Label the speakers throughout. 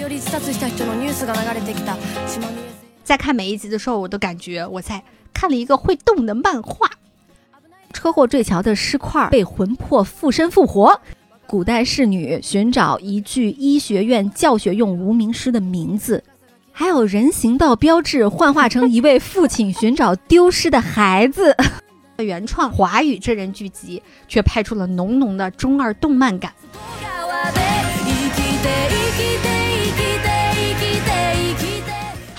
Speaker 1: より自殺した人のニュースが流れてきた島見
Speaker 2: 在看每一集的时候，我都感觉我在看了一个会动的漫画。
Speaker 3: 车祸坠桥的尸块被魂魄附身复活。古代侍女寻找一具医学院教学用无名尸的名字，还有人行道标志幻化成一位父亲寻找丢失的孩子。
Speaker 2: 原创华语真人剧集却拍出了浓浓的中二动漫感。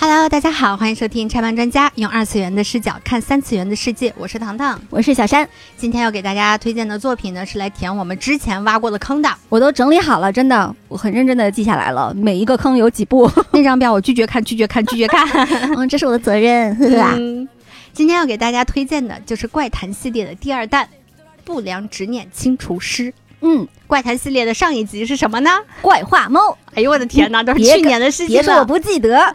Speaker 2: Hello，大家好，欢迎收听拆漫专家，用二次元的视角看三次元的世界。我是糖糖，
Speaker 3: 我是小山，
Speaker 2: 今天要给大家推荐的作品呢，是来填我们之前挖过的坑的。
Speaker 3: 我都整理好了，真的，我很认真的记下来了，每一个坑有几 步。 嗯
Speaker 2: 那张表我拒绝看，拒绝看，拒绝看。
Speaker 3: 嗯，这是我的责任， 呵呵啊。
Speaker 2: 嗯今天要给大家推荐的就是怪谈系列的第二弹《不良执念清除师》。
Speaker 3: 嗯，
Speaker 2: 怪谈系列的上一集是什么呢？
Speaker 3: 怪画猫。
Speaker 2: 哎呦我的天哪，都是去年的事情了。
Speaker 3: 别说我不记得。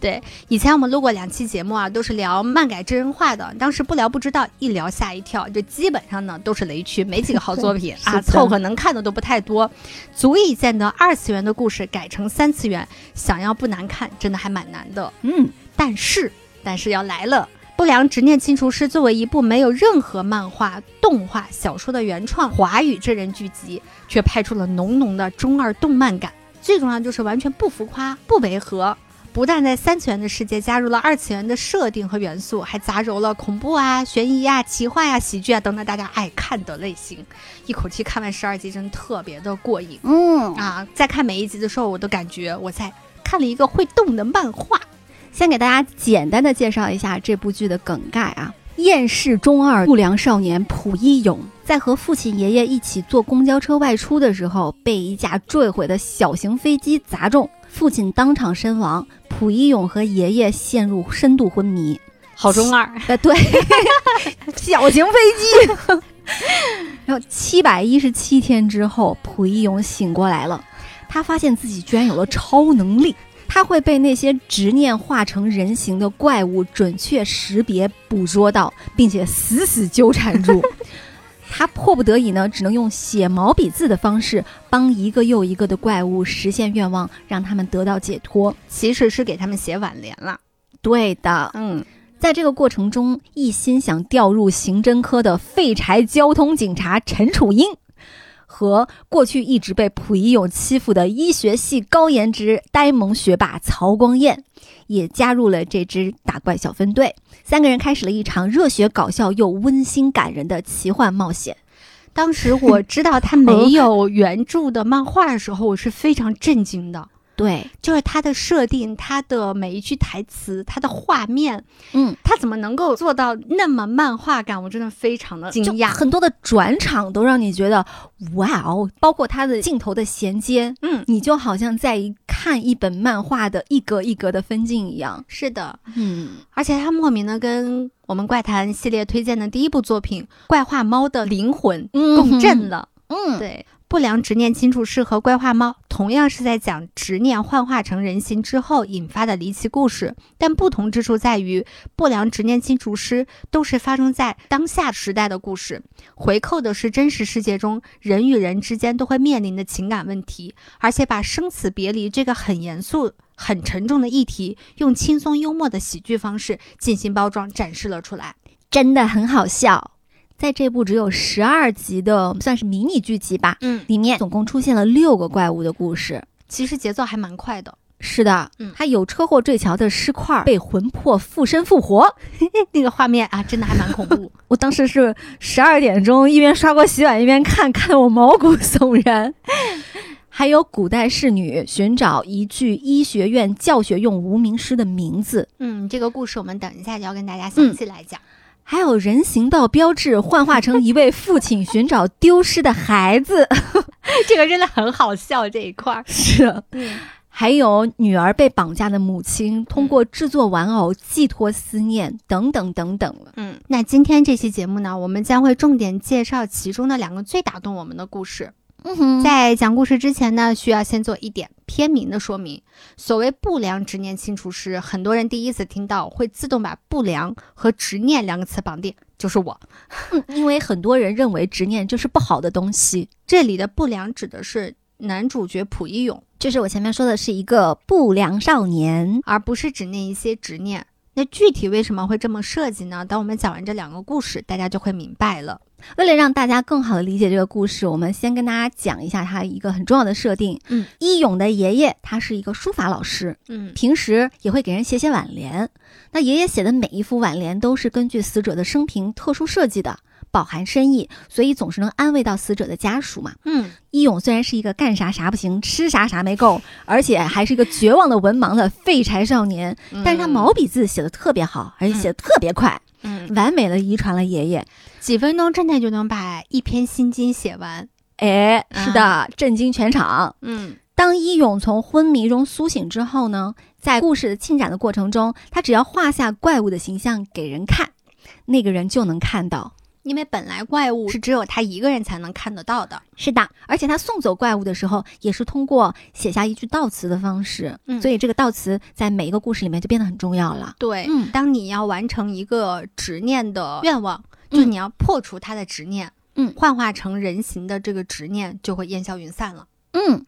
Speaker 2: 对，以前我们录过两期节目啊，都是聊漫改真人化的，当时不聊不知道，一聊吓一跳。就基本上呢都是雷区，没几个好作 品啊，凑合能看的都不太多，足以见得二次元的故事改成三次元，想要不难看真的还蛮难的。
Speaker 3: 嗯，
Speaker 2: 但是但是要来了。《不良执念清除师》作为一部没有任何漫画、动画、小说的原创华语真人剧集，却拍出了浓浓的中二动漫感。最重要就是完全不浮夸、不违和，不但在三次元的世界加入了二次元的设定和元素，还杂糅了恐怖啊、悬疑啊、奇幻呀、啊、喜剧啊等等大家爱看的类型。一口气看完十二集，真特别的过瘾。
Speaker 3: 嗯
Speaker 2: 啊，在看每一集的时候，我都感觉我在看了一个会动的漫画。
Speaker 3: 先给大家简单的介绍一下这部剧的梗概啊。厌世中二不良少年朴一勇，在和父亲、爷爷一起坐公交车外出的时候，被一架坠毁的小型飞机砸中，父亲当场身亡，朴一勇和爷爷陷入深度昏迷。
Speaker 2: 好中二，
Speaker 3: 呃，对， 小型飞机。 然后七百一十七天之后，朴一勇醒过来了，他发现自己居然有了超能力。他会被那些执念化成人形的怪物准确识别、捕捉到，并且死死纠缠住。 他迫不得已呢，只能用写毛笔字的方式帮一个又一个的怪物实现愿望，让他们得到解脱。
Speaker 2: 其实是给他们写挽联了。
Speaker 3: 对的，
Speaker 2: 嗯，
Speaker 3: 在这个过程中，一心想调入刑侦科的废柴交通警察陈楚英。和过去一直被溥仪勇欺负的医学系高颜值呆萌学霸曹光彦，也加入了这支打怪小分队。三个人开始了一场热血搞笑又温馨感人的奇幻冒险。
Speaker 2: 当时我知道 他没有原著的漫画的时候，我是非常震惊的。
Speaker 3: 对，
Speaker 2: 就是它的设定，它的每一句台词，它的画面，
Speaker 3: 嗯，
Speaker 2: 它怎么能够做到那么漫画感？我真的非常的惊讶，
Speaker 3: 很多的转场都让你觉得哇哦，包括它的镜头的衔接，
Speaker 2: 嗯，
Speaker 3: 你就好像在看一本漫画的一格一格的分镜一样。
Speaker 2: 是的，
Speaker 3: 嗯，
Speaker 2: 而且它莫名的跟我们怪谈系列推荐的第一部作品《怪画猫的灵魂》共振了。
Speaker 3: 嗯，
Speaker 2: 对。不良执念清除师和怪画猫同样是在讲执念幻化成人形之后引发的离奇故事，但不同之处在于，不良执念清除师都是发生在当下时代的故事，回扣的是真实世界中人与人之间都会面临的情感问题，而且把生死别离这个很严肃、很沉重的议题，用轻松幽默的喜剧方式进行包装展示了出来，
Speaker 3: 真的很好笑。在这部只有十二集的算是迷你剧集吧，
Speaker 2: 嗯，
Speaker 3: 里面总共出现了六个怪物的故事。
Speaker 2: 其实节奏还蛮快的。哦
Speaker 3: 是的，
Speaker 2: 嗯
Speaker 3: 还有车祸坠桥的尸块被魂魄附身复活。
Speaker 2: 那个画面啊，真的还蛮恐怖。
Speaker 3: 我当时是十二点钟一边刷锅洗碗一边看，看得我毛骨悚然。还有古代侍女寻找一具医学院教学用无名尸的名字，
Speaker 2: 嗯，这个故事我们等一下就要跟大家详细来讲。
Speaker 3: 还有人行道标志幻化成一位父亲寻找丢失的孩子。
Speaker 2: 这个真的很好笑这一块儿。
Speaker 3: 是。
Speaker 2: 嗯，
Speaker 3: 还有女儿被绑架的母亲，通过制作玩偶寄托思念，等等等等了。
Speaker 2: 嗯，那今天这期节目呢，我们将会重点介绍其中的两个最打动我们的故事。
Speaker 3: 嗯哼在
Speaker 2: 在讲故事之前呢，需要先做一点片名的说明。所谓不良执念清除师，很多人第一次听到会自动把不良和执念两个词绑定，就是我。
Speaker 3: 因为很多人认为执念就是不好的东西，
Speaker 2: 这里的不良指的是男主角朴一勇，
Speaker 3: 就是我前面说的是一个不良少年，
Speaker 2: 而不是指那一些执念。那具体为什么会这么设计呢？当我们讲完这两个故事，大家就会明白了。
Speaker 3: 为了让大家更好的理解这个故事，我们先跟大家讲一下他一个很重要的设定。
Speaker 2: 嗯，
Speaker 3: 一勇的爷爷他是一个书法老师，
Speaker 2: 嗯
Speaker 3: 平时也会给人写写挽联。那爷爷写的每一副挽联都是根据死者的生平特殊设计的，饱含深意，所以总是能安慰到死者的家属嘛。
Speaker 2: 嗯，
Speaker 3: 一勇虽然是一个干啥啥不行，吃啥啥没够，而且还是一个绝望的文盲的废柴少年，但是他毛笔字写的特别好，而且写的特别快，
Speaker 2: 嗯
Speaker 3: 完美的遗传了爷爷。
Speaker 2: 几分钟之内就能把一篇心经写完。
Speaker 3: 哎，是的，震惊全场。
Speaker 2: 啊嗯
Speaker 3: 当一勇从昏迷中苏醒之后呢，在故事的进展的过程中，他只要画下怪物的形象给人看，那个人就能看到。
Speaker 2: 因为本来怪物是只有他一个人才能看得到的。
Speaker 3: 是的，而且他送走怪物的时候，也是通过写下一句悼词的方式，
Speaker 2: 嗯
Speaker 3: 所以这个悼词在每一个故事里面就变得很重要了。
Speaker 2: 对，
Speaker 3: 嗯
Speaker 2: 当你要完成一个执念的愿望，
Speaker 3: 嗯
Speaker 2: 就你要破除他的执念，
Speaker 3: 嗯
Speaker 2: 幻化成人形的这个执念就会烟消云散了。
Speaker 3: 嗯，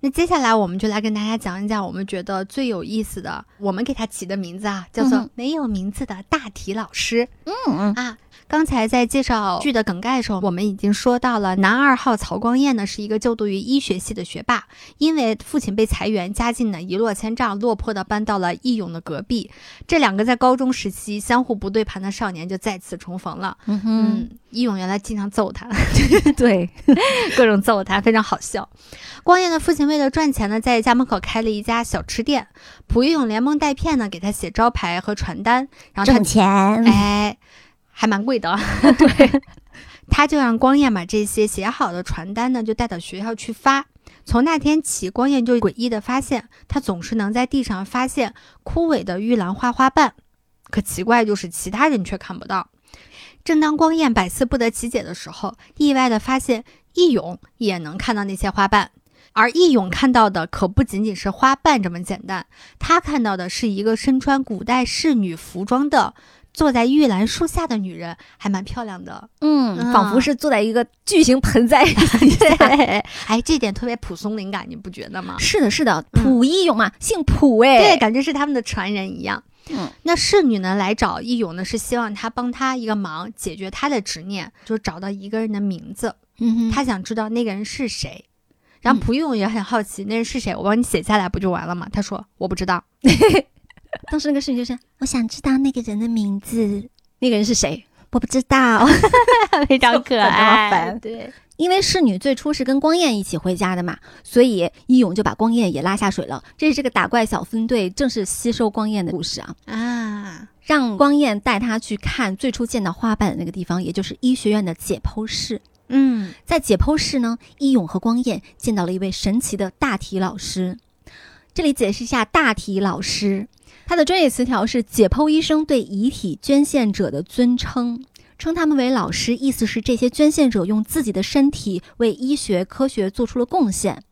Speaker 2: 那接下来我们就来跟大家讲一讲我们觉得最有意思的，我们给他起的名字啊，叫
Speaker 3: 嗯
Speaker 2: 做
Speaker 3: 哼
Speaker 2: “没有名字的大体老师”
Speaker 3: 嗯
Speaker 2: 啊。刚才在介绍剧的梗概的时候，我们已经说到了男二号曹光彦呢是一个就读于医学系的学霸，因为父亲被裁员，家境呢一落千丈，落魄的搬到了义勇的隔壁。这两个在高中时期相互不对盘的少年就再次重逢了。
Speaker 3: 嗯哼，，
Speaker 2: 义勇原来经常揍他，
Speaker 3: 对，
Speaker 2: 各种揍他，非常好笑。光彦的父亲为了赚钱呢，在家门口开了一家小吃店。蒲一勇连蒙带骗呢，给他写招牌和传单，然后他
Speaker 3: 钱，
Speaker 2: 哎，还蛮贵的啊。 对，他就让光彦把这些写好的传单呢，就带到学校去发。从那天起，光彦就诡异的发现，他总是能在地上发现枯萎的玉兰花花瓣，可奇怪就是其他人却看不到。正当光彦百思不得其解的时候，意外的发现义勇也能看到那些花瓣，而义勇看到的可不仅仅是花瓣这么简单，他看到的是一个身穿古代侍女服装的坐在玉兰树下的女人，还蛮漂亮的。
Speaker 3: 嗯，
Speaker 2: 嗯
Speaker 3: 仿佛是坐在一个巨型盆栽底 下。
Speaker 2: 对，哎，这点特别蒲松龄感，你不觉得吗？
Speaker 3: 是的，是的，
Speaker 2: 嗯
Speaker 3: 溥仪勇嘛，姓溥哎。
Speaker 2: 对，，感觉是他们的传人一样。
Speaker 3: 嗯
Speaker 2: 那侍女呢来找义勇呢，是希望他帮他一个忙，解决他的执念，就是找到一个人的名字。
Speaker 3: 嗯哼，
Speaker 2: 他想知道那个人是谁。然后蒲勇也很好奇，那人是谁？我帮你写下来不就完了吗？他说我不知道。
Speaker 3: 当时那个事情就是，我想知道那个人的名字，那个人是谁，我不知道， 非常可
Speaker 2: 爱对，
Speaker 3: 因为侍女最初是跟光彦一起回家的嘛，所以一勇就把光彦也拉下水了。这是这个打怪小分队正是吸收光彦的故事啊，
Speaker 2: 啊，
Speaker 3: 让光彦带他去看最初见到花瓣的那个地方，也就是医学院的解剖室。
Speaker 2: 嗯
Speaker 3: 在解剖室呢，一勇和光彦见到了一位神奇的大体老师。这里解释一下大体老师，他的专业词条是解剖医生对遗体捐献者的尊称，称他们为老师，意思是这些捐献者用自己的身体为医学科学做出了贡献。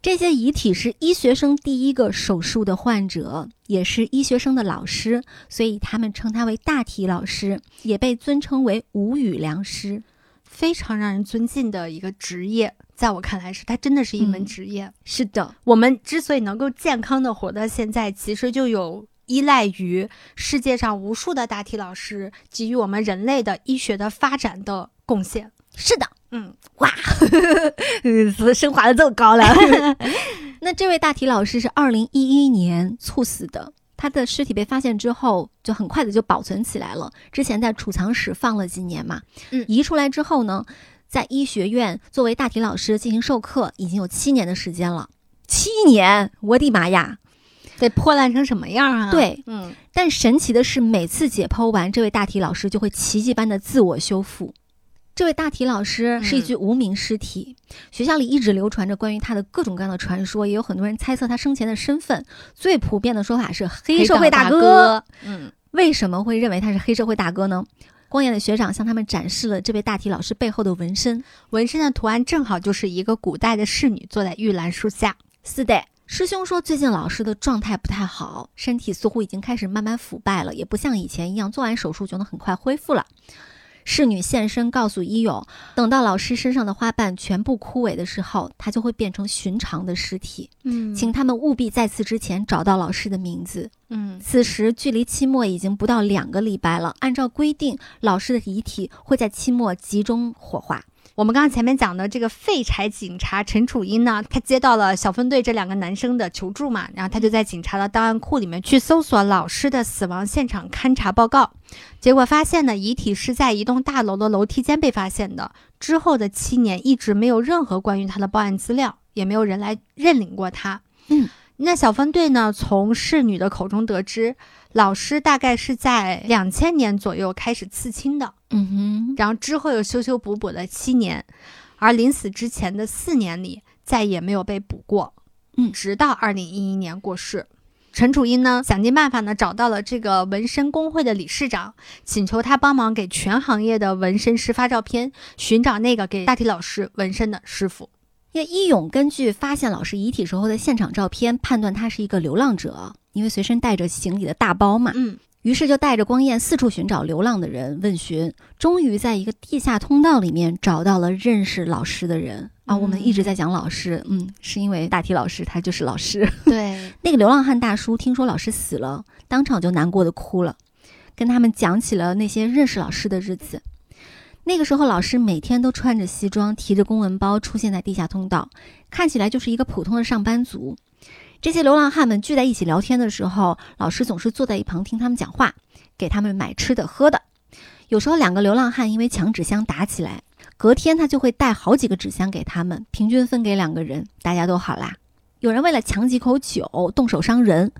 Speaker 3: 这些遗体是医学生第一个手术的患者，也是医学生的老师，所以他们称他为大体老师，也被尊称为无语良师。
Speaker 2: 非常让人尊敬的一个职业，在我看来是，它真的是一门
Speaker 3: 嗯
Speaker 2: 职业。
Speaker 3: 是的，
Speaker 2: 我们之所以能够健康的活到现在，其实就有依赖于世界上无数的大体老师给予我们人类的医学的发展的贡献。
Speaker 3: 是的，
Speaker 2: 嗯，
Speaker 3: 呃，升华的这么高了。那这位大体老师是二零一一年猝死的，他的尸体被发现之后，就很快的就保存起来了。之前在储藏室放了几年嘛，
Speaker 2: 嗯
Speaker 3: 移出来之后呢，在医学院作为大体老师进行授课，已经有七年的时间了。七年，我的妈呀！
Speaker 2: 得破烂成什么样啊？
Speaker 3: 对，
Speaker 2: 嗯，
Speaker 3: 但神奇的是，每次解剖完，这位大体老师就会奇迹般的自我修复。这位大体老师是一具无名尸体，学校里一直流传着关于他的各种各样的传说，也有很多人猜测他生前的身份。最普遍的说法是黑社会大
Speaker 2: 黑道大哥嗯
Speaker 3: 为什么会认为他是黑社会大哥呢？光彦的学长向他们展示了这位大体老师背后的纹身。
Speaker 2: 纹身的图案正好就是一个古代的侍女坐在玉兰树下。
Speaker 3: 是的，师兄说最近老师的状态不太好，身体似乎已经开始慢慢腐败了，也不像以前一样做完手术就能很快恢复了。侍女现身告诉伊勇，等到老师身上的花瓣全部枯萎的时候，他就会变成寻常的尸体，
Speaker 2: 嗯
Speaker 3: 请他们务必在此之前找到老师的名字。
Speaker 2: 嗯
Speaker 3: 此时距离期末已经不到两个礼拜了，按照规定，老师的遗体会在期末集中火化。
Speaker 2: 我们刚刚前面讲的这个废柴警察陈楚英呢，他接到了小分队这两个男生的求助嘛，然后他就在警察的档案库里面去搜索老师的死亡现场勘查报告，结果发现呢，遗体是在一栋大楼的楼梯间被发现的。之后的七年一直没有任何关于他的报案资料，也没有人来认领过他。
Speaker 3: 嗯，
Speaker 2: 那小分队呢，从侍女的口中得知，老师大概是在两千年左右开始刺青的。
Speaker 3: 嗯
Speaker 2: 然后之后又修修补补了七年，而临死之前的四年里再也没有被补过，
Speaker 3: 嗯
Speaker 2: 直到二零一一年过世。陈楚英呢，想尽办法呢，找到了这个纹身工会的理事长，请求他帮忙给全行业的纹身师发照片，寻找那个给大体老师纹身的师傅。
Speaker 3: 因为伊勇根据发现老师遗体时候的现场照片，判断他是一个流浪者，因为随身带着行李的大包嘛，
Speaker 2: 嗯
Speaker 3: 于是就带着光彦四处寻找流浪的人问询，终于在一个地下通道里面找到了认识老师的人啊。
Speaker 2: 嗯
Speaker 3: 我们一直在讲老师，嗯，是因为大体老师他就是老师。
Speaker 2: 对，
Speaker 3: 那个流浪汉大叔听说老师死了，当场就难过的哭了，跟他们讲起了那些认识老师的日子。那个时候，老师每天都穿着西装，提着公文包出现在地下通道，看起来就是一个普通的上班族。这些流浪汉们聚在一起聊天的时候，老师总是坐在一旁听他们讲话，给他们买吃的喝的。有时候两个流浪汉因为抢纸箱打起来，隔天他就会带好几个纸箱给他们，平均分给两个人，大家都好啦。有人为了抢几口酒动手伤人，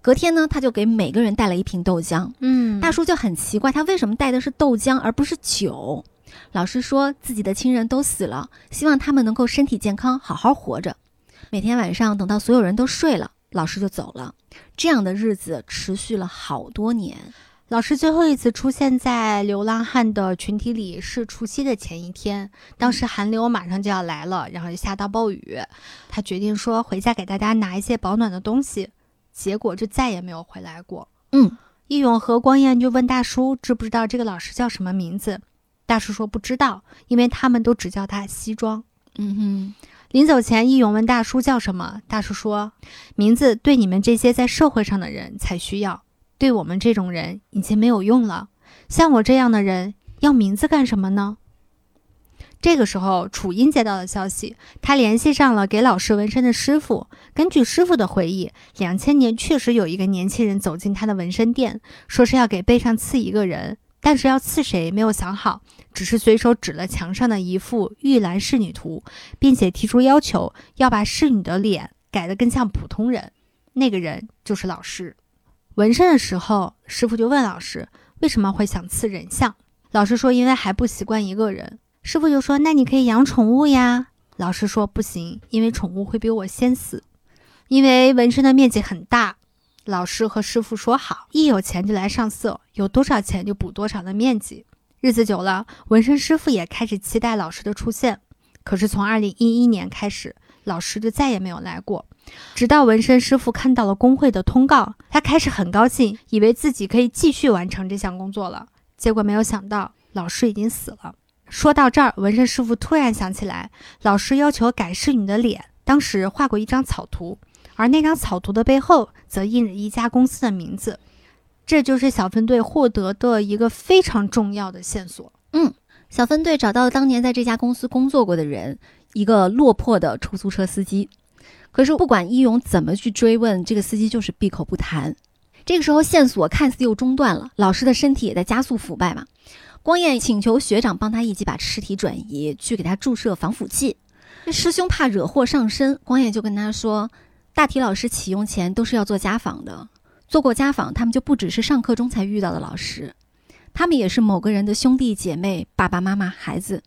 Speaker 3: 隔天呢，他就给每个人带了一瓶豆浆。
Speaker 2: 嗯
Speaker 3: 大叔就很奇怪，他为什么带的是豆浆而不是酒？老师说自己的亲人都死了，希望他们能够身体健康，好好活着。每天晚上等到所有人都睡了，老师就走了。这样的日子持续了好多年。
Speaker 2: 老师最后一次出现在流浪汉的群体里是除夕的前一天，当时寒流马上就要来了，然后就下大暴雨，他决定说回家给大家拿一些保暖的东西，结果就再也没有回来过。
Speaker 3: 嗯，
Speaker 2: 义勇和光彦就问大叔知不知道这个老师叫什么名字，大叔说不知道，因为他们都只叫他西装。
Speaker 3: 嗯哼，
Speaker 2: 临走前，义勇问大叔叫什么，大叔说：“名字对你们这些在社会上的人才需要，对我们这种人已经没有用了。像我这样的人，要名字干什么呢？”这个时候，楚英接到了消息，他联系上了给老师纹身的师傅。根据师傅的回忆，两千年确实有一个年轻人走进他的纹身店，说是要给背上刺一个人，但是要刺谁没有想好，只是随手指了墙上的一幅玉兰仕女图，并且提出要求要把侍女的脸改得更像普通人。那个人就是老师。纹身的时候，师傅就问老师为什么会想刺人像。老师说因为还不习惯一个人。师傅就说那你可以养宠物呀。老师说不行，因为宠物会比我先死。因为纹身的面积很大，老师和师傅说好，一有钱就来上色，有多少钱就补多少的面积。日子久了，纹身师傅也开始期待老师的出现。可是从二零一一年开始，老师就再也没有来过。直到纹身师傅看到了工会的通告，他开始很高兴，以为自己可以继续完成这项工作了。结果没有想到，老师已经死了。说到这儿，纹身师傅突然想起来，老师要求改侍女的脸，当时画过一张草图，而那张草图的背后则印着一家公司的名字。这就是小分队获得的一个非常重要的线索。
Speaker 3: 小分队找到了当年在这家公司工作过的人，一个落魄的出租车司机。可是不管伊勇怎么去追问，这个司机就是闭口不谈。这个时候线索看似又中断了，老师的身体也在加速腐败嘛。光彦请求学长帮他一起把尸体转移，去给他注射防腐剂。这师兄怕惹祸上身，光彦就跟他说：“大体老师启用前都是要做家访的，做过家访，他们就不只是上课中才遇到的老师，他们也是某个人的兄弟姐妹、爸爸妈妈、孩子。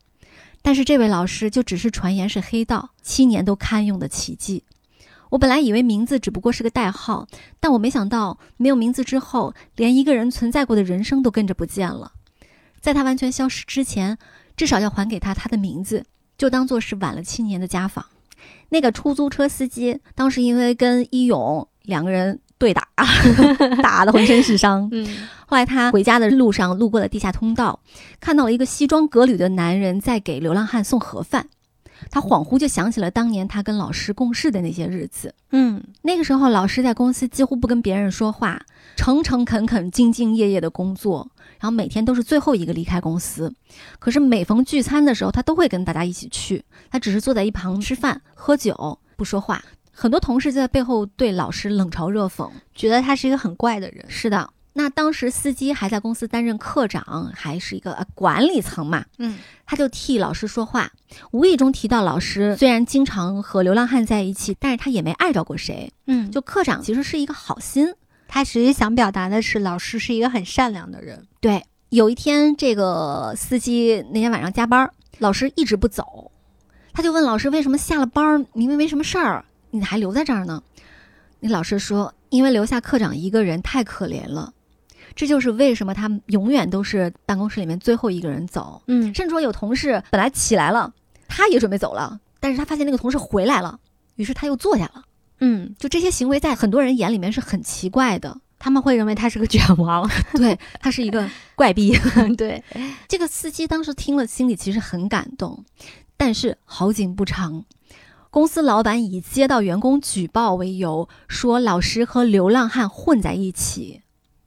Speaker 3: 但是这位老师就只是传言是黑道，七年都堪用的奇迹。我本来以为名字只不过是个代号，但我没想到没有名字之后，连一个人存在过的人生都跟着不见了。在他完全消失之前，至少要还给他他的名字，就当做是晚了七年的家访。那个出租车司机当时因为跟一勇两个人对打， 打的浑身是伤。
Speaker 2: 嗯
Speaker 3: 后来他回家的路上路过了地下通道，看到了一个西装革履的男人在给流浪汉送盒饭，他恍惚就想起了当年他跟老师共事的那些日子。
Speaker 2: 嗯
Speaker 3: 那个时候，老师在公司几乎不跟别人说话，诚诚恳恳、兢兢业业的工作，然后每天都是最后一个离开公司。可是每逢聚餐的时候，他都会跟大家一起去，他只是坐在一旁吃饭、喝酒，不说话。很多同事就在背后对老师冷嘲热讽。
Speaker 2: 觉得他是一个很怪的人。
Speaker 3: 是的，那当时司机还在公司担任科长，还是一个、呃管理层嘛，
Speaker 2: 嗯
Speaker 3: 他就替老师说话，无意中提到老师虽然经常和流浪汉在一起，但是他也没爱着过谁。
Speaker 2: 嗯，就
Speaker 3: 就科长其实是一个好心。
Speaker 2: 他其实想表达的是，老师是一个很善良的人。
Speaker 3: 对，有一天这个司机那天晚上加班，老师一直不走，他就问老师为什么下了班儿明明没什么事儿，你还留在这儿呢？那老师说，因为留下科长一个人太可怜了，这就是为什么他永远都是办公室里面最后一个人走。
Speaker 2: 嗯
Speaker 3: 甚至说有同事本来起来了，他也准备走了，但是他发现那个同事回来了，于是他又坐下了。
Speaker 2: 嗯，
Speaker 3: 就这些行为在很多人眼里面是很奇怪的，
Speaker 2: 他们会认为他是个卷王。
Speaker 3: 对他是一个怪逼。
Speaker 2: 对，
Speaker 3: 这个司机当时听了，心里其实很感动，但是好景不长，公司老板以接到员工举报为由，说老师和流浪汉混在一起，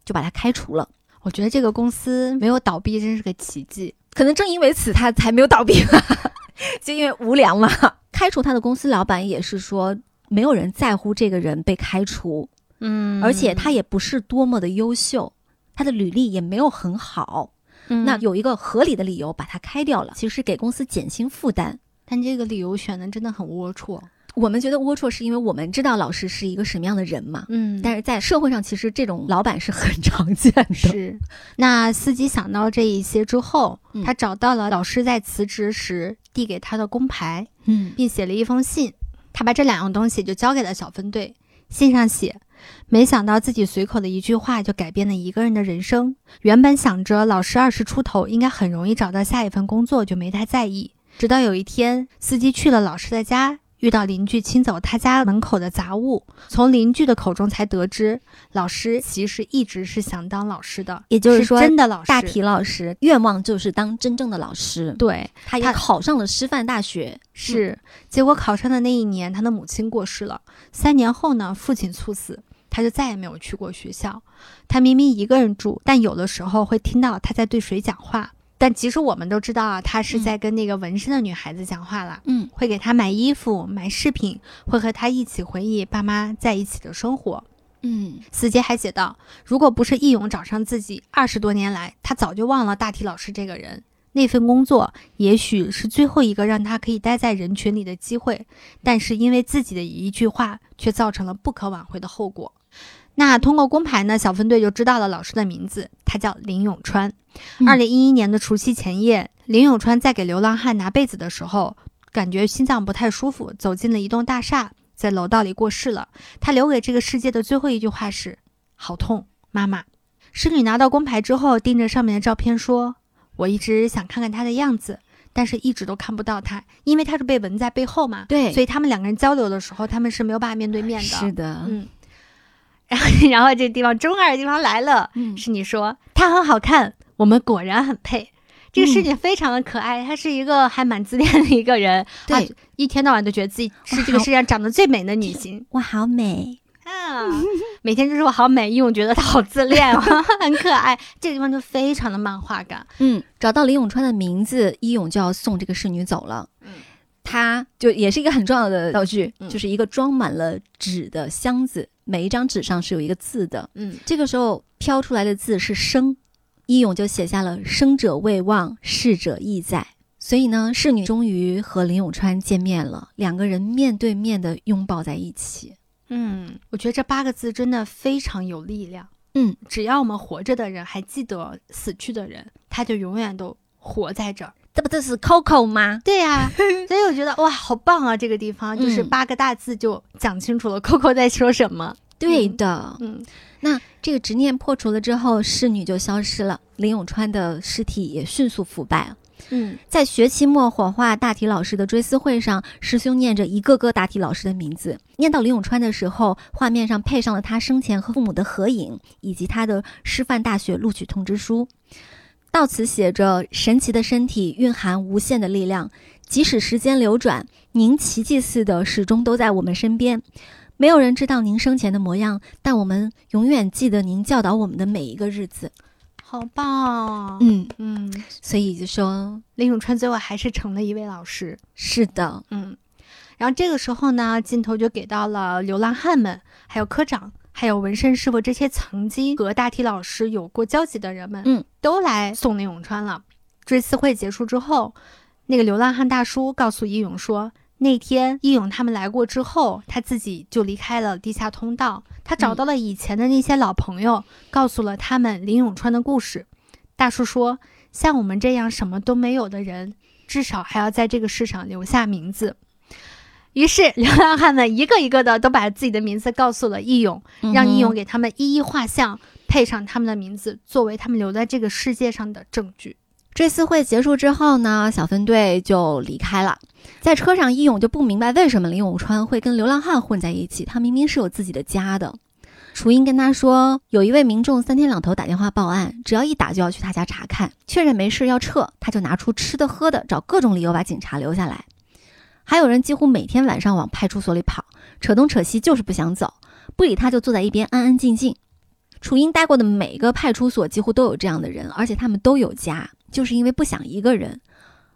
Speaker 3: 就把他开除了。
Speaker 2: 我觉得这个公司没有倒闭真是个奇迹。
Speaker 3: 可能正因为此，他才没有倒闭吧， 就因为无良嘛。开除他的公司老板也是说，没有人在乎这个人被开除，
Speaker 2: 嗯
Speaker 3: 而且他也不是多么的优秀，他的履历也没有很好。那
Speaker 2: 那有，
Speaker 3: 有一个合理的理由把他开掉了，其实是给公司减轻负担。
Speaker 2: 但这个理由选的真的很龌龊。
Speaker 3: 我们觉得龌龊，是因为我们知道老师是一个什么样的人嘛。
Speaker 2: 嗯但
Speaker 3: 但是在社会上，其实这种老板是很常见的。
Speaker 2: 是，那司机想到这一些之后，
Speaker 3: 嗯
Speaker 2: 他找到了老师在辞职时递给他的工牌，
Speaker 3: 嗯
Speaker 2: 并写了一封信。他把这两样东西就交给了小分队，信上写：没想到自己随口的一句话就改变了一个人的人生。原本想着老师二十出头应该很容易找到下一份工作，就没太在意。直到有一天，司机去了老师的家，遇到邻居清走他家门口的杂物，从邻居的口中才得知，老师其实一直是想当老师的，
Speaker 3: 也就是说
Speaker 2: 真的老师。
Speaker 3: 大体老师愿望就是当真正的老师，
Speaker 2: 对，
Speaker 3: 他也
Speaker 2: 他
Speaker 3: 考上了师范大学。
Speaker 2: 是，结果考上的那一年，他的母亲过世了。三年后呢，父亲猝死，他就再也没有去过学校。他明明一个人住，但有的时候会听到他在对谁讲话。但其实我们都知道啊，他是
Speaker 3: 嗯
Speaker 2: 在跟那个纹身的女孩子讲话啦，
Speaker 3: 嗯
Speaker 2: 会给她买衣服、买饰品，会和她一起回忆爸妈在一起的生活。
Speaker 3: 嗯，
Speaker 2: 司机还写道：“如果不是义勇找上自己，二十多年来，他早就忘了大体老师这个人。那份工作也许是最后一个让他可以待在人群里的机会，但是因为自己的一句话，却造成了不可挽回的后果。”那通过工牌呢，小分队就知道了老师的名字，他叫林永川。
Speaker 3: 嗯
Speaker 2: 二零一一年的除夕前夜，林永川在给流浪汉拿被子的时候，感觉心脏不太舒服，走进了一栋大厦，在楼道里过世了。他留给这个世界的最后一句话是：“好痛，妈妈。”侍女拿到工牌之后，盯着上面的照片说：“我一直想看看他的样子，但是一直都看不到他，因为他是被纹在背后嘛。
Speaker 3: 对，
Speaker 2: 所以他们两个人交流的时候，他们是没有办法面对面的。
Speaker 3: 是的，
Speaker 2: 嗯，然后 然后这地方中二的地方来了，
Speaker 3: 嗯
Speaker 2: 是你说她很好看，我们果然很配。这个侍女非常的可爱，她是一个还蛮自恋的一个人，
Speaker 3: 对
Speaker 2: 啊一天到晚都觉得自己是这个
Speaker 3: 好
Speaker 2: 世界上长得最美的女 性
Speaker 3: 我好美。
Speaker 2: 啊，每天就说我好美，因为我觉得她好自恋， 很可爱。这个地方就非常的漫画感，
Speaker 3: 嗯，找到林永川的名字，一勇就要送这个侍女走了。
Speaker 2: 嗯
Speaker 3: 他就也是一个很重要的道具，
Speaker 2: 嗯
Speaker 3: 就是一个装满了纸的箱子，每一张纸上是有一个字的。
Speaker 2: 嗯
Speaker 3: 这个时候飘出来的字是“生”，一勇就写下了“生者未忘，逝者亦在”。所以呢，侍女终于和林永川见面了，两个人面对面的拥抱在一起。
Speaker 2: 嗯，我觉得这八个字真的非常有力量。
Speaker 3: 嗯，
Speaker 2: 只要我们活着的人还记得死去的人，他就永远都活在这儿。
Speaker 3: 这不就是 Coco 吗？
Speaker 2: 对呀、 所以我觉得哇，好棒啊！这个地方就是
Speaker 3: 嗯
Speaker 2: 八个大字就讲清楚了，Coco 在说什么。
Speaker 3: 对的，
Speaker 2: 嗯
Speaker 3: 那这个执念破除了之后，侍女就消失了，林永川的尸体也迅速腐败了。
Speaker 2: 嗯
Speaker 3: 在学期末火化大体老师的追思会上，师兄念着一个个大体老师的名字，念到林永川的时候，画面上配上了他生前和父母的合影，以及他的师范大学录取通知书。到此写着：“神奇的身体蕴含无限的力量，即使时间流转，您奇迹似的始终都在我们身边。没有人知道您生前的模样，但我们永远记得您教导我们的每一个日子。
Speaker 2: 好棒哦。
Speaker 3: 嗯，
Speaker 2: 嗯，
Speaker 3: 所以就说
Speaker 2: 林永川最后还是成了一位老师。
Speaker 3: 是的，
Speaker 2: 嗯，然后这个时候呢，镜头就给到了流浪汉们，还有科长，还有纹身师傅这些曾经和大体老师有过交集的人们，
Speaker 3: 嗯，
Speaker 2: 都来送林永川了。追思会结束之后，那个流浪汉大叔告诉义勇说，那天义勇他们来过之后，他自己就离开了地下通道，他找到了以前的那些老朋友，告诉了他们林永川的故事。大叔说，像我们这样什么都没有的人，至少还要在这个世上留下名字。于是， 流浪汉们一个一个的都把自己的名字告诉了义勇，
Speaker 3: 嗯
Speaker 2: 让义勇
Speaker 3: 给
Speaker 2: 给他们一一画像，配上他们的名字，作为他们留在这个世界上的证据。
Speaker 3: 追思会结束之后呢，小分队就离开了。在车上，义勇就不明白为什么林永川会跟流浪汉混在一起，他明明是有自己的家的。楚英跟他说，有一位民众三天两头打电话报案，只要一打就要去他家查看，确认没事要撤，他就拿出吃的喝的，找各种理由把警察留下来。还有人几乎每天晚上往派出所里跑，扯东扯西就是不想走，不理他就坐在一边安安静静。楚英待过的每个派出所几乎都有这样的人，而且他们都有家，就是因为不想一个人。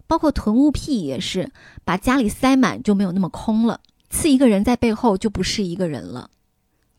Speaker 3: 包括囤物癖也是，把家里塞满就没有那么空了。刺一个人在背后就不是一个人了。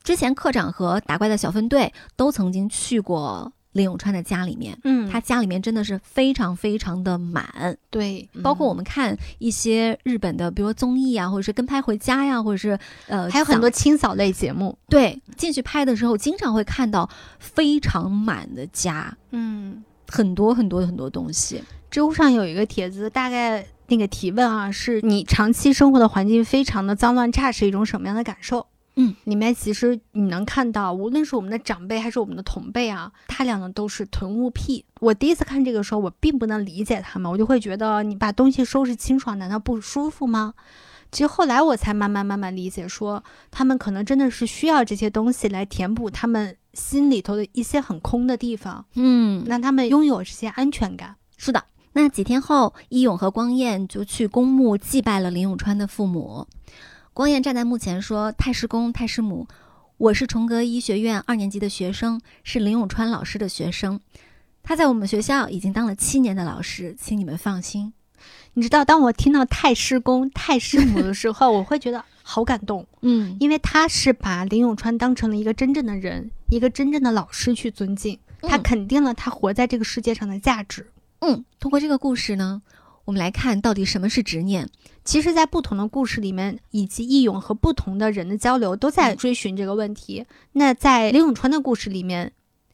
Speaker 3: 之前科长和打怪的小分队都曾经去过林永川的家里面，
Speaker 2: 嗯
Speaker 3: 他家里面真的是非常非常的满，
Speaker 2: 对，嗯
Speaker 3: 包括我们看一些日本的，比如说综艺啊，或者是跟拍回家呀、或者是呃，
Speaker 2: 还有很多清扫类节目。
Speaker 3: 对，进去拍的时候，经常会看到非常满的家，
Speaker 2: 嗯，
Speaker 3: 很多很多很多东西。
Speaker 2: 知乎上有一个帖子，大概那个提问啊，是你长期生活的环境非常的脏乱差是一种什么样的感受？
Speaker 3: 嗯，
Speaker 2: 里面其实你能看到，无论是我们的长辈还是我们的同辈啊，大量的都是囤物癖。我第一次看这个时候，我并不能理解他们，我就会觉得你把东西收拾清爽，难道不舒服吗？其实后来我才慢慢慢慢理解说，他们可能真的是需要这些东西来填补他们心里头的一些很空的地方，
Speaker 3: 嗯，
Speaker 2: 让他们拥有这些安全感。
Speaker 3: 是的。那几天后，一勇和光彦就去公墓祭拜了林永川的父母。光彦站在墓前说：“太师公、太师母，我是崇格医学院二年级的学生，是林永川老师的学生。他在我们学校已经当了七年的老师，请你们放心。”
Speaker 2: 你知道，当我听到太师公、太师母的时候，我会觉得好感动，
Speaker 3: 嗯，
Speaker 2: 因为他是把林永川当成了一个真正的人，一个真正的老师去尊敬，他
Speaker 3: 嗯
Speaker 2: 肯定了他活在这个世界上的价值。
Speaker 3: 嗯，通过这个故事呢，我们来看到底什么是执念。
Speaker 2: 其实，在不同的故事里面，以及义勇和不同的人的交流，都在
Speaker 3: 嗯
Speaker 2: 追寻这个问题。那在林永川的故事里面，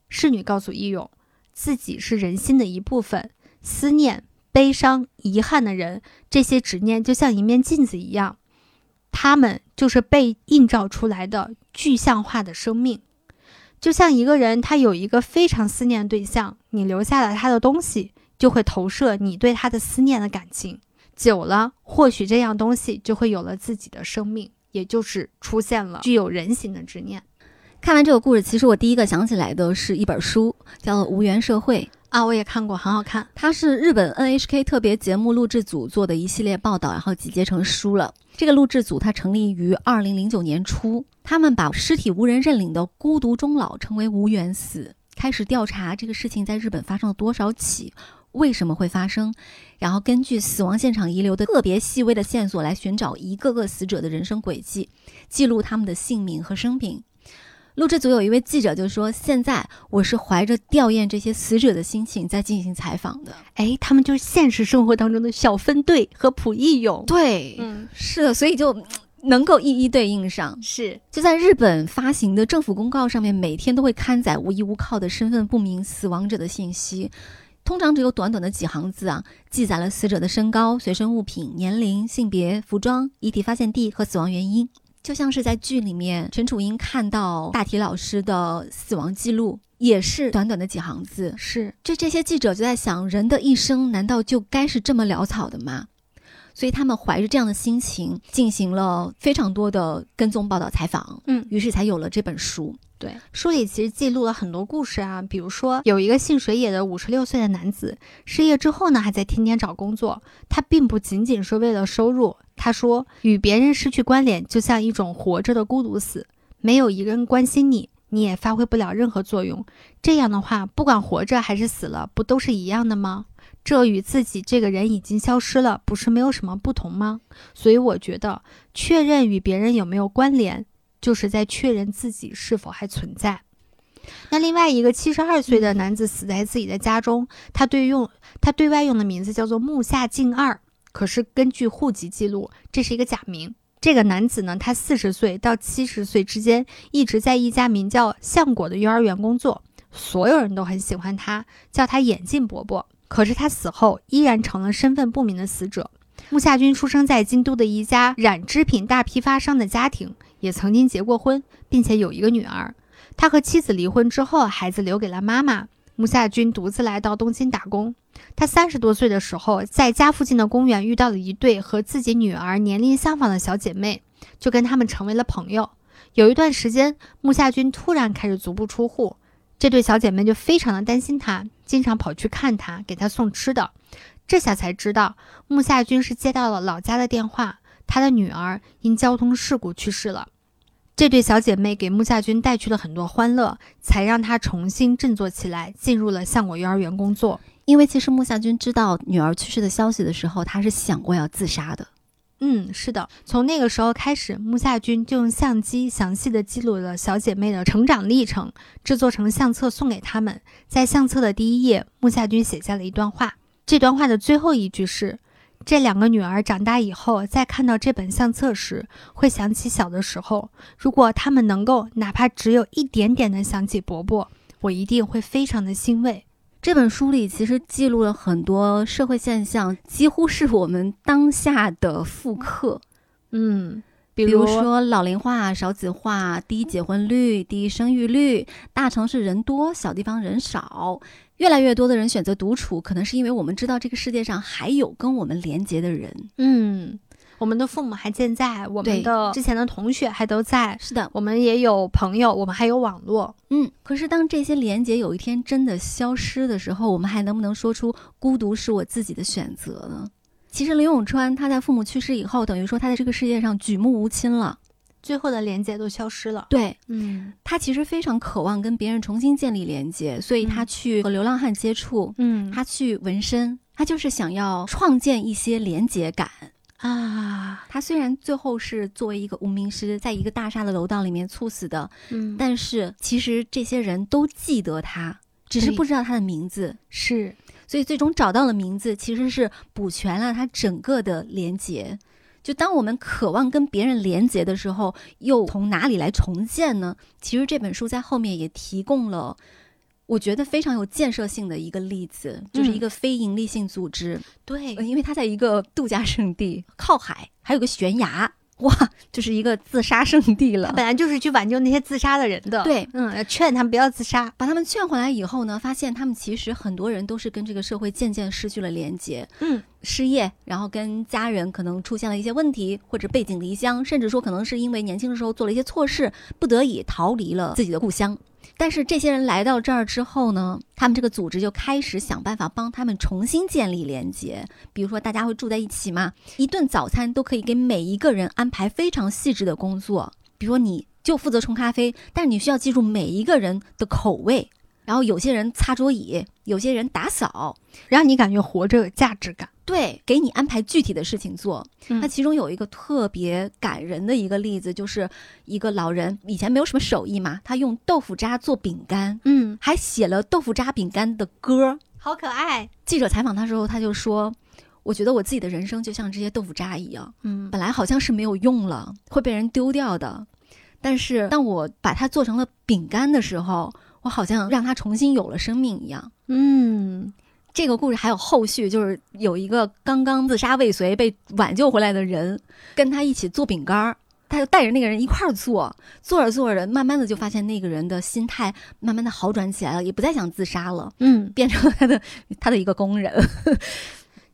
Speaker 2: 侍女告诉义勇，自己是人心的一部分，思念、悲伤、遗憾的人，这些执念就像一面镜子一样，他们就是被映照出来的具象化的生命。就像一个人，他有一个非常思念的对象，你留下了他的东西，就会投射你对他的思念的感情。久了，或许这样东西就会有了自己的生命，也就是出现了具有人形的执念
Speaker 3: 看完这个故事，其实我第一个想起来的是一本书，叫做《无缘社会》，
Speaker 2: 啊！我也看过，很好看。
Speaker 3: 它是日本 NHK 特别节目录制组做的一系列报道，然后集结成书了。这个录制组它成立于二零零九年初，他们把尸体无人认领的孤独终老称为“无缘死”，开始调查这个事情在日本发生了多少起，为什么会发生，然后根据死亡现场遗留的特别细微的线索来寻找一个个死者的人生轨迹，记录他们的姓名和生平。录制组有一位记者就说：“现在我是怀着吊唁这些死者的心情在进行采访的。”
Speaker 2: 哎，他们就是现实生活当中的小分队和朴义勇。
Speaker 3: 对，
Speaker 2: 嗯，
Speaker 3: 是的，所以就嗯能够一一对应上。
Speaker 2: 是
Speaker 3: 就在日本发行的政府公告上面，每天都会刊载无依无靠的身份不明死亡者的信息，通常只有短短的几行字啊，记载了死者的身高、随身物品、年龄、性别、服装、遗体发现地和死亡原因。就像是在剧里面，陈楚英看到大体老师的死亡记录，也是短短的几行字。
Speaker 2: 是
Speaker 3: 这这些记者就在想，人的一生难道就该是这么潦草的吗？所以他们怀着这样的心情，进行了非常多的跟踪报道采访，
Speaker 2: 嗯
Speaker 3: 于是才有了这本书。
Speaker 2: 对，书里其实记录了很多故事啊，比如说有一个姓水野的五十六岁的男子，失业之后呢，还在天天找工作。他并不仅仅是为了收入，他说与别人失去关联，就像一种活着的孤独死，没有一个人关心你，你也发挥不了任何作用。这样的话，不管活着还是死了，不都是一样的吗？这与自己这个人已经消失了，不是没有什么不同吗？所以我觉得，确认与别人有没有关联，就是在确认自己是否还存在。那另外一个七十二岁的男子死在自己的家中，他对用他对外用的名字叫做木下敬二，可是根据户籍记录，这是一个假名。这个男子呢，他四十岁到七十岁之间一直在一家名叫相果的幼儿园工作，所有人都很喜欢他，叫他眼镜伯伯。可是他死后依然成了身份不明的死者。木下君出生在京都的一家染织品大批发商的家庭，也曾经结过婚，并且有一个女儿。他和妻子离婚之后，孩子留给了妈妈。木下君独自来到东京打工。他三十多岁的时候，在家附近的公园遇到了一对和自己女儿年龄相仿的小姐妹，就跟她们成为了朋友。有一段时间，木下君突然开始足不出户，这对小姐妹就非常的担心他，经常跑去看他，给他送吃的。这下才知道，木下君是接到了老家的电话，他的女儿因交通事故去世了。这对小姐妹给木下君带去了很多欢乐，才让他重新振作起来，进入了相果幼儿园工作。
Speaker 3: 因为其实木下君知道女儿去世的消息的时候，他是想过要自杀的。
Speaker 2: 嗯，是的，从那个时候开始，木下君就用相机详细的记录了小姐妹的成长历程，制作成相册送给她们。在相册的第一页，木下君写下了一段话，这段话的最后一句是：“这两个女儿长大以后，在看到这本相册时，会想起小的时候。如果她们能够哪怕只有一点点的想起伯伯，我一定会非常的欣慰。”
Speaker 3: 这本书里其实记录了很多社会现象，几乎是我们当下的复刻。
Speaker 2: 嗯，比
Speaker 3: 比如说老龄化、少子化、低结婚率、低生育率，大城市人多，小地方人少，越来越多的人选择独处，可能是因为我们知道这个世界上还有跟我们连结的人。
Speaker 2: 嗯，我们的父母还健在，我们
Speaker 3: 对
Speaker 2: 的之前的同学还都在，
Speaker 3: 是的，
Speaker 2: 我们也有朋友，我们还有网络。
Speaker 3: 嗯。可是当这些连结有一天真的消失的时候，我们还能不能说出孤独是我自己的选择呢？其实林永川他在父母去世以后，等于说他在这个世界上举目无亲了。
Speaker 2: 最后的连接都消失了。
Speaker 3: 对，
Speaker 2: 嗯
Speaker 3: 他其实非常渴望跟别人重新建立连接，所以他
Speaker 2: 嗯
Speaker 3: 去和流浪汉接触，
Speaker 2: 嗯，
Speaker 3: 他去纹身，他就是想要创建一些连结感。
Speaker 2: 啊，
Speaker 3: 他虽然最后是作为一个无名尸，在一个大厦的楼道里面猝死的，
Speaker 2: 嗯，
Speaker 3: 但是其实这些人都记得他，只是
Speaker 2: 对
Speaker 3: 不知道他的名字。
Speaker 2: 是
Speaker 3: 所以最终找到了名字，其实是补全了他整个的连结。就当我们渴望跟别人连结的时候，又从哪里来重建呢？其实这本书在后面也提供了，我觉得非常有建设性的一个例子，
Speaker 2: 嗯
Speaker 3: 就是一个非营利性组织，
Speaker 2: 对
Speaker 3: 呃因为它在一个度假胜地，靠海，还有个悬崖，哇，就是一个自杀圣地
Speaker 2: 他
Speaker 3: 了。
Speaker 2: 本来就是去挽救那些自杀的人的。，
Speaker 3: 对，
Speaker 2: 嗯，要劝他们不要自杀。
Speaker 3: 把他们劝回来以后呢，发现他们其实很多人都是跟这个社会渐渐失去了连接，
Speaker 2: 嗯，
Speaker 3: 失业，然后跟家人可能出现了一些问题，或者背井离乡，甚至说可能是因为年轻的时候做了一些错事，不得已逃离了自己的故乡。但是这些人来到这儿之后呢，他们这个组织就开始想办法帮他们重新建立连接，比如说大家会住在一起嘛，一顿早餐都可以给每一个人安排非常细致的工作，比如说你就负责冲咖啡，但你需要记住每一个人的口味。然后有些人擦桌椅，有些人打扫，
Speaker 2: 让你感觉活着有价值感。
Speaker 3: 对，给你安排具体的事情做。
Speaker 2: 嗯
Speaker 3: 那其中有一个特别感人的一个例子，就是一个老人以前没有什么手艺嘛，他用豆腐渣做饼干，
Speaker 2: 嗯，
Speaker 3: 还写了豆腐渣饼干的歌儿。
Speaker 2: 好可爱。
Speaker 3: 记者采访他的时候，他就说：“我觉得我自己的人生就像这些豆腐渣一样，
Speaker 2: 嗯
Speaker 3: 本来好像是没有用了，会被人丢掉的。但是当我把它做成了饼干的时候，我好像让它重新有了生命一样。”
Speaker 2: 嗯，
Speaker 3: 这个故事还有后续，就是有一个刚刚自杀未遂被挽救回来的人，跟他一起做饼干儿，他就带着那个人一块儿做，做着做着，慢慢的就发现那个人的心态慢慢的好转起来了，也不再想自杀了，
Speaker 2: 嗯，
Speaker 3: 变成了他的他的一个工人。